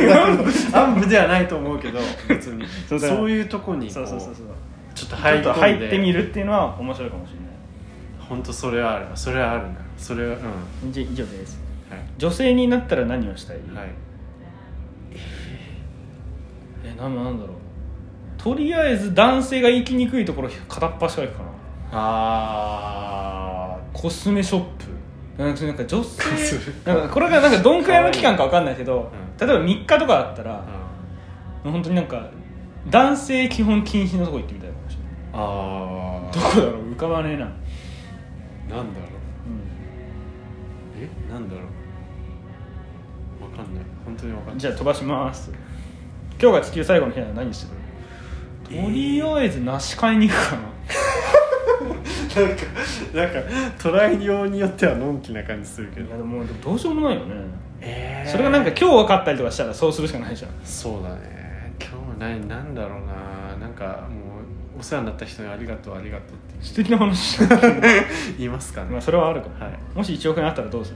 Speaker 2: 暗部ではないと思うけど別に
Speaker 1: そうだから
Speaker 2: そういうとこにこ
Speaker 1: そううそうそうそう
Speaker 2: ちょっと
Speaker 1: ちょ
Speaker 2: 入
Speaker 1: っ
Speaker 2: り込
Speaker 1: と
Speaker 2: んで
Speaker 1: 入ってみるっていうのは面白いかもしれな
Speaker 2: 本当それはあるそれはあるなそれはうんはい
Speaker 1: じ以上です女性になったら何をしたい、
Speaker 2: いはい
Speaker 1: えなんなんだろうとりあえず男性が行きにくいところ片っ端から行くかな
Speaker 2: あ
Speaker 1: コスメショップなんかなんか女性
Speaker 2: コスメ
Speaker 1: なんかこれがなんかどんくらいの期間か分かんないけど、
Speaker 2: うん
Speaker 1: 例えば3日とかだった
Speaker 2: ー、う
Speaker 1: ら、
Speaker 2: ん
Speaker 1: 本当になんか男性基本禁止のとこ行ってみたいかもしれない
Speaker 2: あ
Speaker 1: どこだろう浮かばねえな、
Speaker 2: ーなんだろうえなんだろうわかんない本当にわかんない
Speaker 1: じゃあ飛ばします今日が地球最後の日なら何する、
Speaker 2: えー
Speaker 1: とりあえず梨買いに行くかな
Speaker 2: なんかなんか捉えようによってはのんきな感じするけ
Speaker 1: いや
Speaker 2: ど
Speaker 1: でももうどうしようもないよね、
Speaker 2: え
Speaker 1: それがなんか今日分かったりとかしたらそうするしかないじゃん
Speaker 2: そうだね今日は何なんだろうななんかもうお世話になった人にありがとうありがとうって
Speaker 1: 素敵な話ま
Speaker 2: 言いますかね、
Speaker 1: あそれはあるかも、
Speaker 2: はい
Speaker 1: もし1億円あったらどうす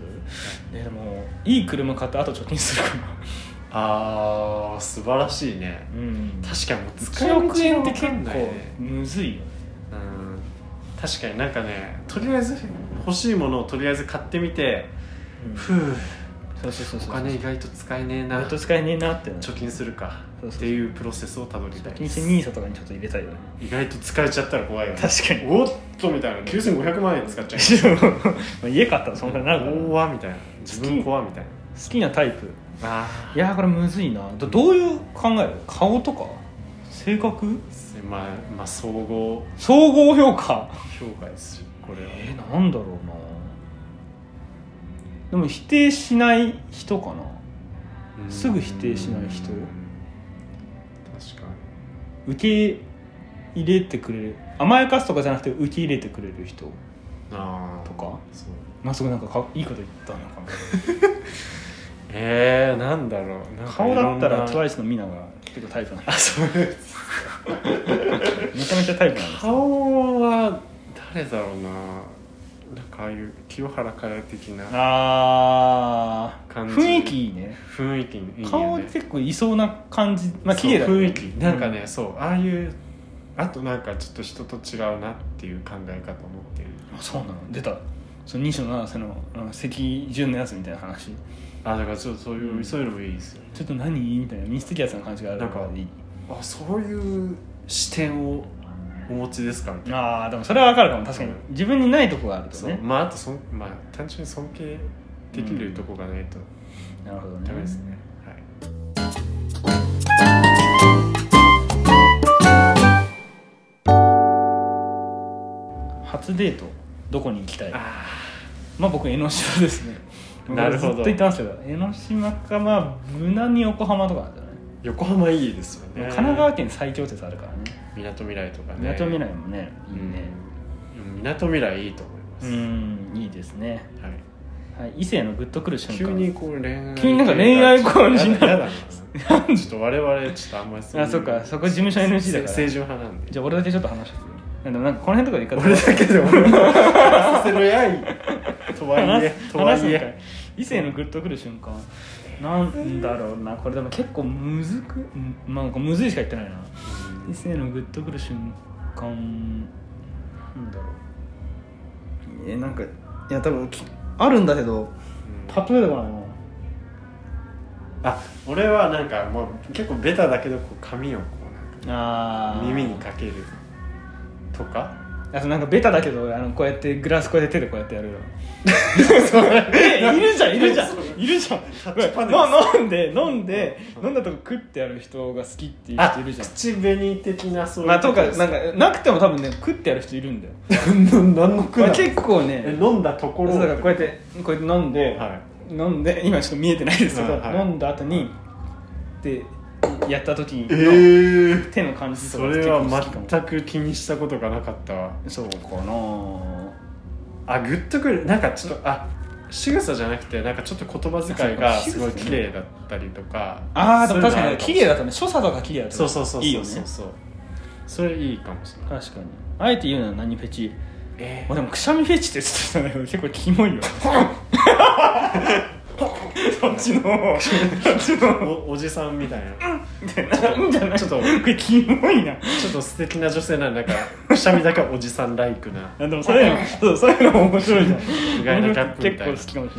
Speaker 1: る、ね、でもいい車買ってあと貯金するかな
Speaker 2: あー素晴らしいね
Speaker 1: うん
Speaker 2: 確かにもう使い道
Speaker 1: 1億円って結
Speaker 2: わかんない
Speaker 1: 構
Speaker 2: ね
Speaker 1: むずいよね
Speaker 2: うん確かになんかねとりあえず欲しいものをとりあえず買ってみて
Speaker 1: うん
Speaker 2: ふう
Speaker 1: そうそうそう
Speaker 2: お
Speaker 1: そう
Speaker 2: 金意外と使えねえな
Speaker 1: ずっと使えねえなってな
Speaker 2: 貯金するか
Speaker 1: そうそうそう
Speaker 2: っていうプロセスをたどりたい
Speaker 1: 金
Speaker 2: で
Speaker 1: して
Speaker 2: す
Speaker 1: NISA とかにちょっと入れたいよね
Speaker 2: 意外と使えちゃったら怖いよね
Speaker 1: 確かに
Speaker 2: おっとみたいな9500万円使っ ちゃ
Speaker 1: まあ家買ったらそんなになるから
Speaker 2: う
Speaker 1: 好
Speaker 2: 怖みたいな自分怖みたいな
Speaker 1: きなタイプ
Speaker 2: あ
Speaker 1: いやーこれむずいなどどういう考える顔とか性格
Speaker 2: ーまあまあ総合
Speaker 1: 総合評価
Speaker 2: 評価ですこれは
Speaker 1: えー、なんだろうなでも否定しない人かな
Speaker 2: うん
Speaker 1: すぐ否定しない人
Speaker 2: うん確か
Speaker 1: 受け入れてくれる甘やかすとかじゃなくて受け入れてくれる人
Speaker 2: にああ
Speaker 1: とか
Speaker 2: そう
Speaker 1: まあすごいなんかかいいこと言ったのかな
Speaker 2: えー、なんだろうなんか
Speaker 1: 顔だった
Speaker 2: いろん
Speaker 1: ら
Speaker 2: な
Speaker 1: TWICE のミナが結構タイプなんで
Speaker 2: あそう いう
Speaker 1: めちゃめちゃタイプなんですよ
Speaker 2: 顔は誰だろうななんかああいう清原から的な
Speaker 1: あー
Speaker 2: 感じ
Speaker 1: 雰囲気いいね
Speaker 2: 雰囲気にいいよ
Speaker 1: 顔
Speaker 2: ね
Speaker 1: 結構いそうな感じまあ綺麗だ
Speaker 2: そ
Speaker 1: ね
Speaker 2: う雰囲気なんかね、そうああいうあとなんかちょっと人と違うなっていう考え方を持ってる
Speaker 1: うんあそうなの出たその西野七瀬のあの赤順のやつみたいな話
Speaker 2: あだからちょっとそういう、
Speaker 1: うん
Speaker 2: そういうのもいいですよね
Speaker 1: ちょっと何みたいなミステリアスな感じがあるからいい
Speaker 2: あそういう視点をお持ちですかみたいな
Speaker 1: あーでもそれは分かるかも確かに自分にないとこがあると
Speaker 2: そう
Speaker 1: ね
Speaker 2: まああとそん、まあ、単純に尊敬できるとこがないと
Speaker 1: なるほどね
Speaker 2: ダメですね、はい
Speaker 1: 初デートどこに行きたい
Speaker 2: あ
Speaker 1: まあ僕江ノ島ですね
Speaker 2: なる
Speaker 1: ず
Speaker 2: ほど
Speaker 1: っと言ってますけど江ノ島かまあ無難に横浜とかなんじゃない
Speaker 2: 横浜いいですよね
Speaker 1: 神奈川県最強説あるからね
Speaker 2: みなとみらいとかね
Speaker 1: みなとみらいもねいい
Speaker 2: うん
Speaker 1: ね
Speaker 2: みなとみらいいと思いま
Speaker 1: う
Speaker 2: す、
Speaker 1: んいいですね、は
Speaker 2: はい、
Speaker 1: い、異性のグッとくる瞬間
Speaker 2: 急にこう恋愛
Speaker 1: 急になんか恋愛婚になる
Speaker 2: やだやだなちょっと我々ちょっとあんまりういう
Speaker 1: あそっかそこ事務所 NG だから
Speaker 2: 正常派なんで
Speaker 1: じゃあ俺だけちょっと話してでもなんかこの辺とかで一回
Speaker 2: 俺だけ で俺のさせるやいとはいえ
Speaker 1: 話す
Speaker 2: とは
Speaker 1: 話す
Speaker 2: い
Speaker 1: んかい
Speaker 2: え
Speaker 1: 異性のグッとくる瞬間なんだろうなこれでも結構むずくんまあなんかむずいしか言ってないな異性のグッとくる瞬間なんだろうえなんかいや多分きあるんだけどパッと出てこないな
Speaker 2: あ俺はなんかもう結構ベタだけどこう髪をこうなん
Speaker 1: あ
Speaker 2: か
Speaker 1: ー
Speaker 2: 耳にかけるとか
Speaker 1: あとなんかベタだけどあのこうやってグラスこうやって手でこうやってやるよ
Speaker 2: なん
Speaker 1: え
Speaker 2: か
Speaker 1: いるじゃんいるじゃん
Speaker 2: そう
Speaker 1: いるじゃん
Speaker 2: タッチパネル
Speaker 1: の飲んで飲んで
Speaker 2: うん
Speaker 1: 飲んだとこ食ってやる人が好きっていう
Speaker 2: あ
Speaker 1: 人いるじゃん
Speaker 2: 口紅的なそういう
Speaker 1: まあとか
Speaker 2: です
Speaker 1: なんかなくても多分ね食ってやる人いるんだよ
Speaker 2: 何の句
Speaker 1: まあ
Speaker 2: だ
Speaker 1: 結構
Speaker 2: え
Speaker 1: ね
Speaker 2: 飲んだとこ
Speaker 1: そう
Speaker 2: ろ
Speaker 1: だからこうやってこうやって飲んで、
Speaker 2: は
Speaker 1: 飲んで今ちょっと見えてないですけど、
Speaker 2: はいはい
Speaker 1: 飲んだ後にでやった時
Speaker 2: いえ
Speaker 1: の
Speaker 2: ー
Speaker 1: 手の感じと
Speaker 2: そ
Speaker 1: か
Speaker 2: れ
Speaker 1: 結構
Speaker 2: は
Speaker 1: 好きかも
Speaker 2: 全く気にしたことがなかったわ
Speaker 1: そうかな
Speaker 2: あグッとくるなんかちょっとあ仕草じゃなくてなんかちょっと言葉遣いがすごい綺麗だったりとか
Speaker 1: ああでも確かに綺麗
Speaker 2: だ
Speaker 1: だとね所作とか綺麗だとね
Speaker 2: そうそうそうそう
Speaker 1: い
Speaker 2: い
Speaker 1: いよね
Speaker 2: そうそれいいかもしれない
Speaker 1: 確かにあえて言うなら何フェチ
Speaker 2: え
Speaker 1: まあでもくしゃみフェチって言ってたんだ けど結構キモいよそっち の方そっちの方
Speaker 2: おおじさんみたいな
Speaker 1: なんじゃない
Speaker 2: ちょっと
Speaker 1: これキモいな
Speaker 2: ちょっと素敵な女性なんでなんかくしゃみだけはおじさんライクな
Speaker 1: あでもそういうのそうそういうのも面白いじゃん
Speaker 2: 意外なギャップみ
Speaker 1: 結
Speaker 2: た
Speaker 1: 構好
Speaker 2: いな
Speaker 1: きかもし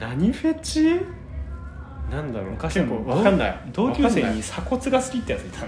Speaker 1: れない
Speaker 2: 何フェチなんだろう
Speaker 1: 昔
Speaker 2: 結構わかんない
Speaker 1: 同級生に鎖
Speaker 2: 鎖
Speaker 1: 骨が好きってやついた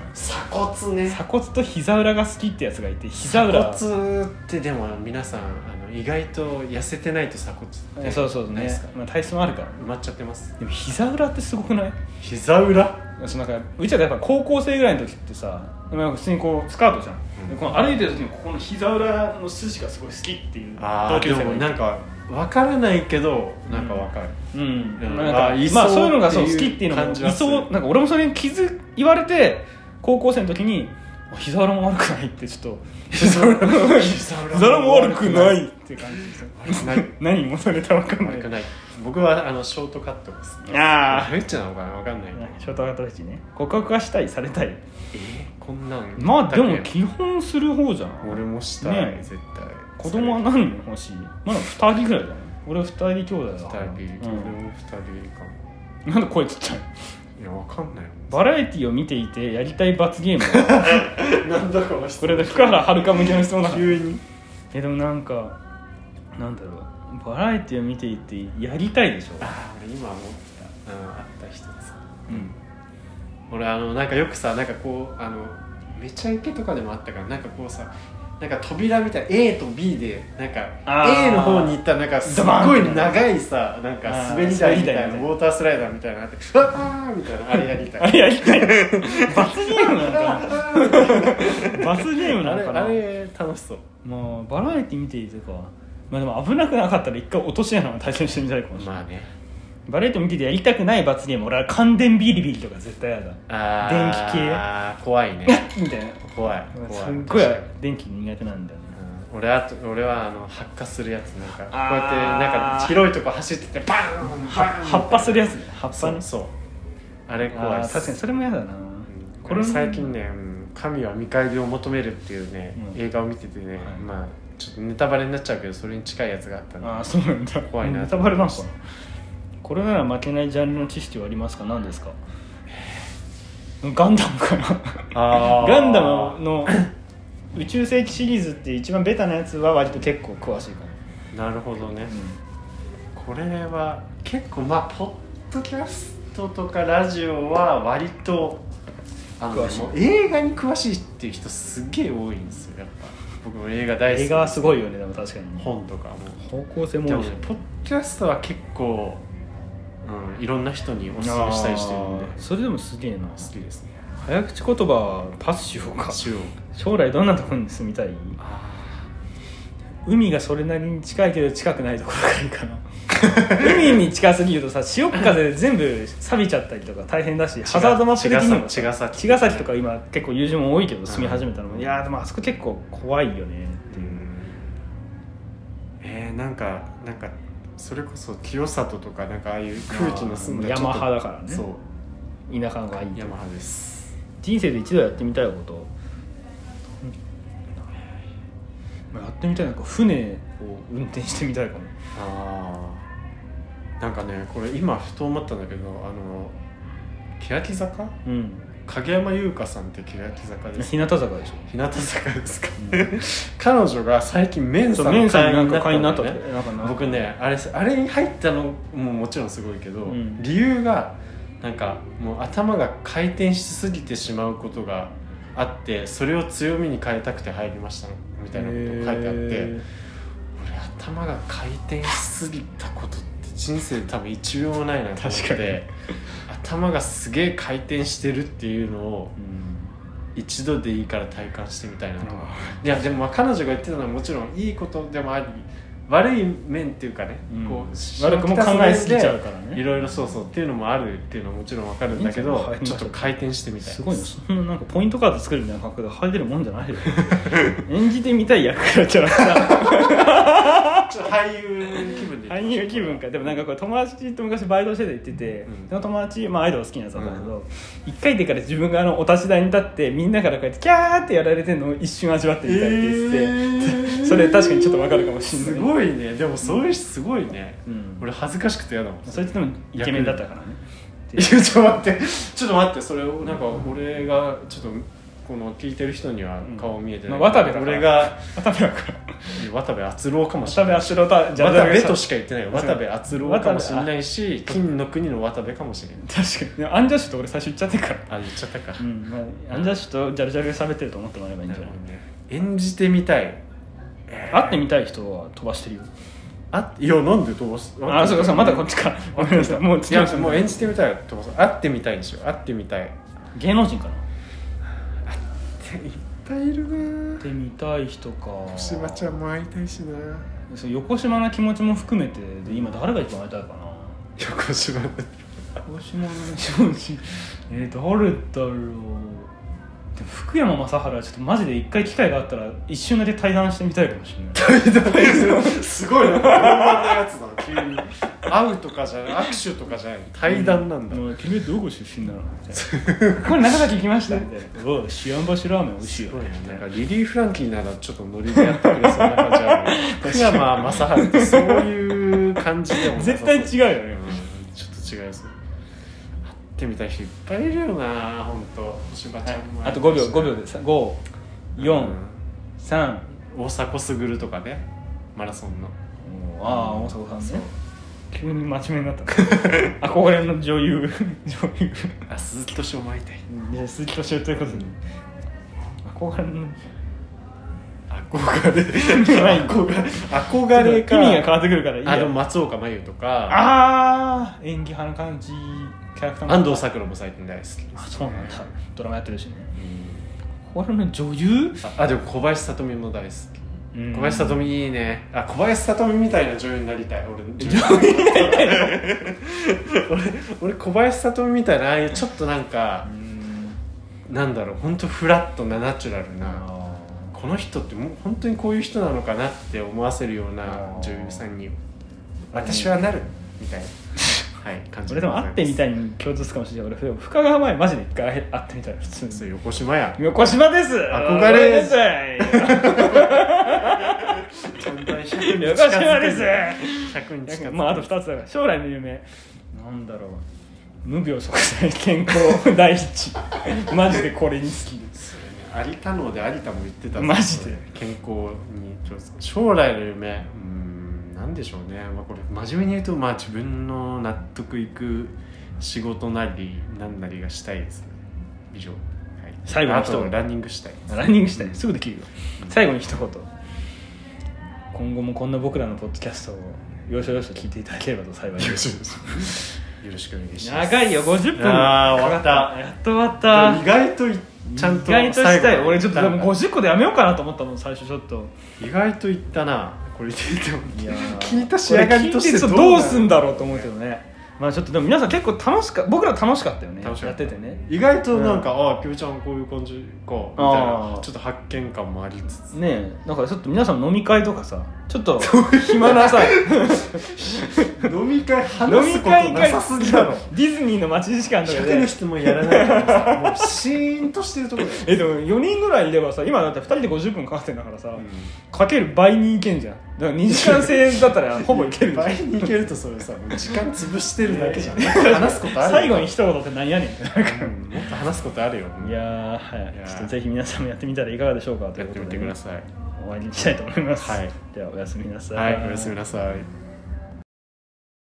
Speaker 1: の
Speaker 2: 骨ね
Speaker 1: 鎖骨と膝裏が好きってやつがいて膝
Speaker 2: 鎖
Speaker 1: 裏
Speaker 2: 骨ってでも皆さんあの意外と痩せてないと鎖骨っ
Speaker 1: いや
Speaker 2: て
Speaker 1: そうそう
Speaker 2: ない
Speaker 1: ね
Speaker 2: ですか、
Speaker 1: まあ、体質もあるからね
Speaker 2: 埋まっちゃってます
Speaker 1: でも膝裏ってすごくない
Speaker 2: 膝裏
Speaker 1: そのなんかうちはやっぱ高校生ぐらいの時ってさまあ普通にこうスカートじゃん、
Speaker 2: うん
Speaker 1: でこの歩いてる時にここの膝裏の筋がすごい好きっていう
Speaker 2: あ
Speaker 1: 同
Speaker 2: あで
Speaker 1: 級生
Speaker 2: も
Speaker 1: が
Speaker 2: ないん
Speaker 1: て
Speaker 2: かわからないけどなんかわかる、
Speaker 1: うん
Speaker 2: うん
Speaker 1: なんか
Speaker 2: あいそう
Speaker 1: まあそういうのが
Speaker 2: って
Speaker 1: そう
Speaker 2: いう
Speaker 1: 好きっていうのも
Speaker 2: 感
Speaker 1: い
Speaker 2: じはする
Speaker 1: そうなんか俺もそれに気づ言われて高校生の時にあ膝裏も悪くないってち ょっと膝裏
Speaker 2: 膝
Speaker 1: も悪くないって感じですよ
Speaker 2: 悪くない
Speaker 1: 何もそれたわかんな
Speaker 2: 悪く
Speaker 1: い
Speaker 2: ない僕はあのショートカットですね
Speaker 1: あー
Speaker 2: フェチなのかなわかんないけど
Speaker 1: ショートカットフェチね告白はしたいされたい
Speaker 2: えーこんなん
Speaker 1: まあで
Speaker 2: だ
Speaker 1: も
Speaker 2: っけ
Speaker 1: 基本する方じゃん
Speaker 2: 俺もしたい、
Speaker 1: ねえ
Speaker 2: 絶対
Speaker 1: 子供は何人欲しいまだ2人ぐらいだね俺は2人兄弟だから
Speaker 2: 二人、俺も二人かも
Speaker 1: うん、なんで声ちっちゃい
Speaker 2: いやわかんないもん
Speaker 1: バラエティを見ていてやりたい罰ゲーム
Speaker 2: なんだかはし
Speaker 1: これで福原遥向けの質問だから
Speaker 2: 急に
Speaker 1: えでもなんかなんだろうバラエティを見ていてやりたいでしょ、
Speaker 2: あ俺今思った、うん、あった人です
Speaker 1: うん、
Speaker 2: 俺あのなんかよくさなんかこうあのめちゃイケとかでもあったからなんかこうさなんか扉みたい A と B でなんか
Speaker 1: あー
Speaker 2: A の方に行ったらなんかすっ
Speaker 1: ドバー
Speaker 2: ご
Speaker 1: ンみた
Speaker 2: い
Speaker 1: いな
Speaker 2: 長いさなんか
Speaker 1: あー
Speaker 2: 滑り台みたいな
Speaker 1: 滑り台みたいな
Speaker 2: ウォータースライダーみたいなのあって「ああ」みたいなあれやりたい
Speaker 1: あれやり たい罰ゲームなのかな罰ゲームな
Speaker 2: あれ
Speaker 1: のかな
Speaker 2: あれ楽しそう
Speaker 1: まあバラエティ見ていてかまあでも危なくなかったら一回落とし穴を対戦してみたいかもしれない、
Speaker 2: あね
Speaker 1: バラエティ見ててやりたくない罰ゲーム俺は感電ビリビリとか絶対やだ
Speaker 2: あ電気系怖いね
Speaker 1: みたいな
Speaker 2: 怖い怖い
Speaker 1: すっごい電気苦手なんだよね
Speaker 2: うん俺あと俺はあの発火するやつなんかこう
Speaker 1: あー
Speaker 2: やってなんか広いとこ走っててバーン
Speaker 1: は葉っぱするやつね葉っ
Speaker 2: そ
Speaker 1: ぱね
Speaker 2: うそうあれ怖い
Speaker 1: あ
Speaker 2: っ
Speaker 1: ー
Speaker 2: す
Speaker 1: 確かにそれも嫌だな、
Speaker 2: うん
Speaker 1: こ
Speaker 2: こ
Speaker 1: れ
Speaker 2: れ
Speaker 1: も
Speaker 2: 最近ね「うん神は見返りを求める」っていうね、
Speaker 1: うん
Speaker 2: 映画を見ててね、
Speaker 1: い
Speaker 2: まあちょっとネタバレになっちゃうけどそれに近いやつがあったんで
Speaker 1: ああそうなんだ
Speaker 2: 怖いな
Speaker 1: ネタバレなんかなこれなら負けないジャンルの知識はありますか何ですかガンダムかな
Speaker 2: あ ー
Speaker 1: ガンダムの宇宙世紀シリーズっていう一番ベタなやつは割と結構詳しいかな
Speaker 2: なるほどね、これは結構まあポッドキャストとかラジオは割とあの
Speaker 1: 詳しい
Speaker 2: もう映画に詳しいっていう人すげえ多いんですよやっぱ僕も映画大好き
Speaker 1: 映画はすごいよねでも確かに
Speaker 2: 本とかも
Speaker 1: 方向性も
Speaker 2: で
Speaker 1: 多
Speaker 2: も
Speaker 1: いし
Speaker 2: ねポッドキャストは結構、うん、いろんな人におすすめしたりしてるんで
Speaker 1: あーそれでもすげえな
Speaker 2: 好きですね
Speaker 1: 早口言葉はパスしようか
Speaker 2: 一応
Speaker 1: 将来どんなところに住みたい
Speaker 2: あ
Speaker 1: 海がそれなりに近いけど近くないところがいいかな海に近すぎるとさ潮風で全部錆びちゃったりとか大変だし
Speaker 2: ー
Speaker 1: ハザードマップ的にも
Speaker 2: 茅ヶ崎
Speaker 1: 茅ヶ崎とか今結構友人も多いけど
Speaker 2: ん
Speaker 1: 住み始めたのも、いやーでもあそこ結構怖いよねっていう、
Speaker 2: えー、なんかなんかそれこそ清里とかなんかああいう空気の澄んだ
Speaker 1: あー
Speaker 2: ちょっと
Speaker 1: 山派だからね
Speaker 2: そう
Speaker 1: 田舎がいい
Speaker 2: 山派です
Speaker 1: 人生で一度やってみたいこと、まあやってみたいなんか船を運転してみたいかも
Speaker 2: ああなんかねこれ今ふと思ったんだけどあの欅坂
Speaker 1: うん
Speaker 2: 影山優香さんって欅坂で す
Speaker 1: 日向坂でしょ
Speaker 2: 日向坂ですか、
Speaker 1: う
Speaker 2: 彼女が最近メンサ
Speaker 1: そう
Speaker 2: の
Speaker 1: メンサ
Speaker 2: 会
Speaker 1: に
Speaker 2: 員
Speaker 1: な
Speaker 2: に
Speaker 1: んか会員に
Speaker 2: な
Speaker 1: な
Speaker 2: っ
Speaker 1: ったた
Speaker 2: の
Speaker 1: って
Speaker 2: ね
Speaker 1: なんかな
Speaker 2: 僕ねあれあれに入ったのももちろんすごいけど、
Speaker 1: うん
Speaker 2: 理由がなんかもう頭が回転しすぎてしまうことがあってそれを強みに変えたくて入りましたみたいなことを書いてあっ
Speaker 1: へ
Speaker 2: て
Speaker 1: ー
Speaker 2: 俺頭が回転しすぎたことって人生で多分一秒もないなと思っ
Speaker 1: 確かに
Speaker 2: て頭がすげえ回転してるっていうのを一度でいいから体感してみたいなと思っていやでもまあ彼女が言ってたのはもちろんいいことでもあり悪い面っていうかね、
Speaker 1: うん
Speaker 2: こう
Speaker 1: 悪くも考えすぎちゃうから
Speaker 2: い
Speaker 1: ね
Speaker 2: ろいろそうそうっていうのもあるっていうのはもちろんわかるんだけ
Speaker 1: いいんじゃ
Speaker 2: ど
Speaker 1: ない
Speaker 2: ちょっと回転してみたい
Speaker 1: すごいなそんななんかポイントカード作るみたいな感覚で入れるもんじゃないよ 演じてみたい役がキャラクター
Speaker 2: ちょっと俳優気分で
Speaker 1: 俳優気分かでもなんかこれ友達と昔バイトしてて言ってて、
Speaker 2: うん
Speaker 1: その友達、まあ、アイドル好きなやつなんだけど、一回でから自分があのお立ち台に立ってみんなからこうやってキャーってやられてるのを一瞬味わってみたいって言ってて、 それ確かにちょっとわかるかもしんない
Speaker 2: すごいねでもそういう人すごいね、
Speaker 1: うん
Speaker 2: 俺恥ずかしくて嫌だもん
Speaker 1: そいつでもイケメンだったからね
Speaker 2: いやちょっと待ってちょっと待ってそれをなんか俺がちょっとこの聞いてる人には顔見えてない、
Speaker 1: まあ渡部だから
Speaker 2: 俺が
Speaker 1: 渡部だから
Speaker 2: 渡部篤郎かも し
Speaker 1: 渡
Speaker 2: れ
Speaker 1: 部
Speaker 2: ない
Speaker 1: 篤郎とじゃあ
Speaker 2: 渡部としか言ってないよ渡部篤郎
Speaker 1: 渡
Speaker 2: か
Speaker 1: 部
Speaker 2: もしれないし金の国の渡部かもしれない
Speaker 1: 確かにアンジャッシュって俺最初言っちゃってるから
Speaker 2: あ言っちゃったか、
Speaker 1: うんまあ、アンジャッシュとジャルジャルで喋ってると思ってもらえばいいん
Speaker 2: な
Speaker 1: じゃ
Speaker 2: る
Speaker 1: な
Speaker 2: ほ
Speaker 1: い
Speaker 2: どね演じてみたい
Speaker 1: 会ってみたい人は飛ばしてるよ
Speaker 2: あいやなんで飛ばす
Speaker 1: あそうかそうかまだこっちかごめんなさいもう
Speaker 2: いやもう演じてみたい飛ばす会ってみたいにしよう会ってみたい
Speaker 1: 芸能人かな会
Speaker 2: ていっぱいいるな
Speaker 1: ってみたい人か
Speaker 2: も会いたいしな
Speaker 1: そう横島な気持ちも含めてで今誰が一番会いたいかな
Speaker 2: 横島
Speaker 1: 横島な気持ちえー、誰だろうでも福山雅治はちょっとマジで一回機会があったら一瞬だけ対談してみたいかもしれない
Speaker 2: すごい な本番のやつだ急に会うとかじゃない握手とかじゃない対談なんだ、
Speaker 1: もう君はどこ出身なのみたいな これ中崎行きましたみたいなおうシアンバシラーメン美味しいよみた
Speaker 2: ないん
Speaker 1: な
Speaker 2: かリリー・フランキーならちょっとノリでやってくれそうな感じある福山雅治ってそういう感じでもなさ
Speaker 1: 絶
Speaker 2: そ
Speaker 1: 対違うよね
Speaker 2: うんちょっと違いそう会ってみたい人いっぱいいるよな本当柴ちゃんも
Speaker 1: あと5秒5秒でさ543、三
Speaker 2: うん大迫傑とかねマラソンの
Speaker 1: ああ大迫さんね急に真面目になった 憧れの女優 女優
Speaker 2: あ鈴木敏夫も会いたい
Speaker 1: で鈴木敏夫ということに憧れの
Speaker 2: 憧れ
Speaker 1: 憧
Speaker 2: 憧れか
Speaker 1: 意味が変わってくるからいいや
Speaker 2: あの松岡真優とか
Speaker 1: ああ演技派な感じキャラクターも
Speaker 2: 安藤サクラも最近大好きです、
Speaker 1: あそうなんだドラマやってるしね
Speaker 2: うん
Speaker 1: 憧れの女優
Speaker 2: ああでも小林聡美も大好き
Speaker 1: うん
Speaker 2: 小林聡美いいねあ小林聡美みたいな女優になりたい俺
Speaker 1: 女優になりたいの
Speaker 2: 俺俺小林聡美みたいなああいうちょっとなんか
Speaker 1: う、ん
Speaker 2: なんだろう本当フラットなナチュラルな
Speaker 1: あ
Speaker 2: この人ってもう本当にこういう人なのかなって思わせるような女優さんに私はなるみたいな はい感
Speaker 1: ー
Speaker 2: じ
Speaker 1: 俺でも会ってみ
Speaker 2: い
Speaker 1: たいに共通するかもしれない俺深川前マジで一回会ってみたい普通に
Speaker 2: そう 横島や
Speaker 1: 横島です
Speaker 2: 憧れ
Speaker 1: です
Speaker 2: ちゃんと100に
Speaker 1: よこしまで
Speaker 2: 100
Speaker 1: す
Speaker 2: に近づける
Speaker 1: まああと2つだから将来の夢なんだろう無病息災健康第一マジでこれに好きです
Speaker 2: 有田ので有田も言ってたぞ
Speaker 1: マジで
Speaker 2: それ健康にちょ将来の夢うーんなんでしょうね、まあ、これ真面目に言うとまあ自分の納得いく仕事なりなんなりがしたいですね以上、はい、
Speaker 1: 最後の
Speaker 2: あ
Speaker 1: 一言
Speaker 2: とランニングしたい
Speaker 1: ランニングしたいすぐできるよ最後に一言今後もこんな僕らのポッドキャストを要所要所聞いていただければと幸いです
Speaker 2: よろしくお願いします
Speaker 1: 長いよ50分
Speaker 2: あー終わ
Speaker 1: か
Speaker 2: った
Speaker 1: かやっと終わった
Speaker 2: 意外といちゃんと
Speaker 1: 意外とした
Speaker 2: 最
Speaker 1: い
Speaker 2: 後まで
Speaker 1: 俺ちょっとでも
Speaker 2: 行った
Speaker 1: 50個でやめようかなと思ったもん最初ちょっと
Speaker 2: 意外といったなこれででも
Speaker 1: いやー
Speaker 2: 聞いた仕上がりとして
Speaker 1: これ聞いて
Speaker 2: どうなの
Speaker 1: どうすんだろうと思うけどねまあちょっとでも皆さん結構楽しか僕ら楽しかったよね
Speaker 2: 楽しか
Speaker 1: や
Speaker 2: っ
Speaker 1: ったててね
Speaker 2: 意外となんか、ああピョちゃんこういう感じかみたい
Speaker 1: あ
Speaker 2: な
Speaker 1: ー
Speaker 2: ちょっと発見感もありつつ
Speaker 1: ねえだからちょっと皆さん飲み会とかさちょっと暇な さ
Speaker 2: 飲み会
Speaker 1: 飲
Speaker 2: 話
Speaker 1: み
Speaker 2: すこと
Speaker 1: 会
Speaker 2: な
Speaker 1: 会
Speaker 2: さすぎだろ
Speaker 1: ディズニーの待ち時間とか
Speaker 2: 100の
Speaker 1: で
Speaker 2: 質問やらない からさもうシーンとしてるところだよ、
Speaker 1: えでも4人ぐらいいればさ今だって2人で50分かかってんだからさ、
Speaker 2: うん
Speaker 1: かける倍にいけんじゃんだから2時間制だった らほぼいけるじゃん
Speaker 2: 倍に行けるとそれさもう時間潰してるだけじゃん、話すことある
Speaker 1: 最後に
Speaker 2: う
Speaker 1: 一言って何やねんってなるから
Speaker 2: んもっと話すことあるよ
Speaker 1: いやーはい
Speaker 2: いやー
Speaker 1: ちょっとぜひ皆さんもやってみたらいかがでしょうかとい
Speaker 2: や
Speaker 1: う
Speaker 2: っ
Speaker 1: こ
Speaker 2: て
Speaker 1: とで
Speaker 2: みてください
Speaker 1: 終わりにしたいと思います、
Speaker 2: はい
Speaker 1: ではおやすみなさい
Speaker 2: はいおやすみなさい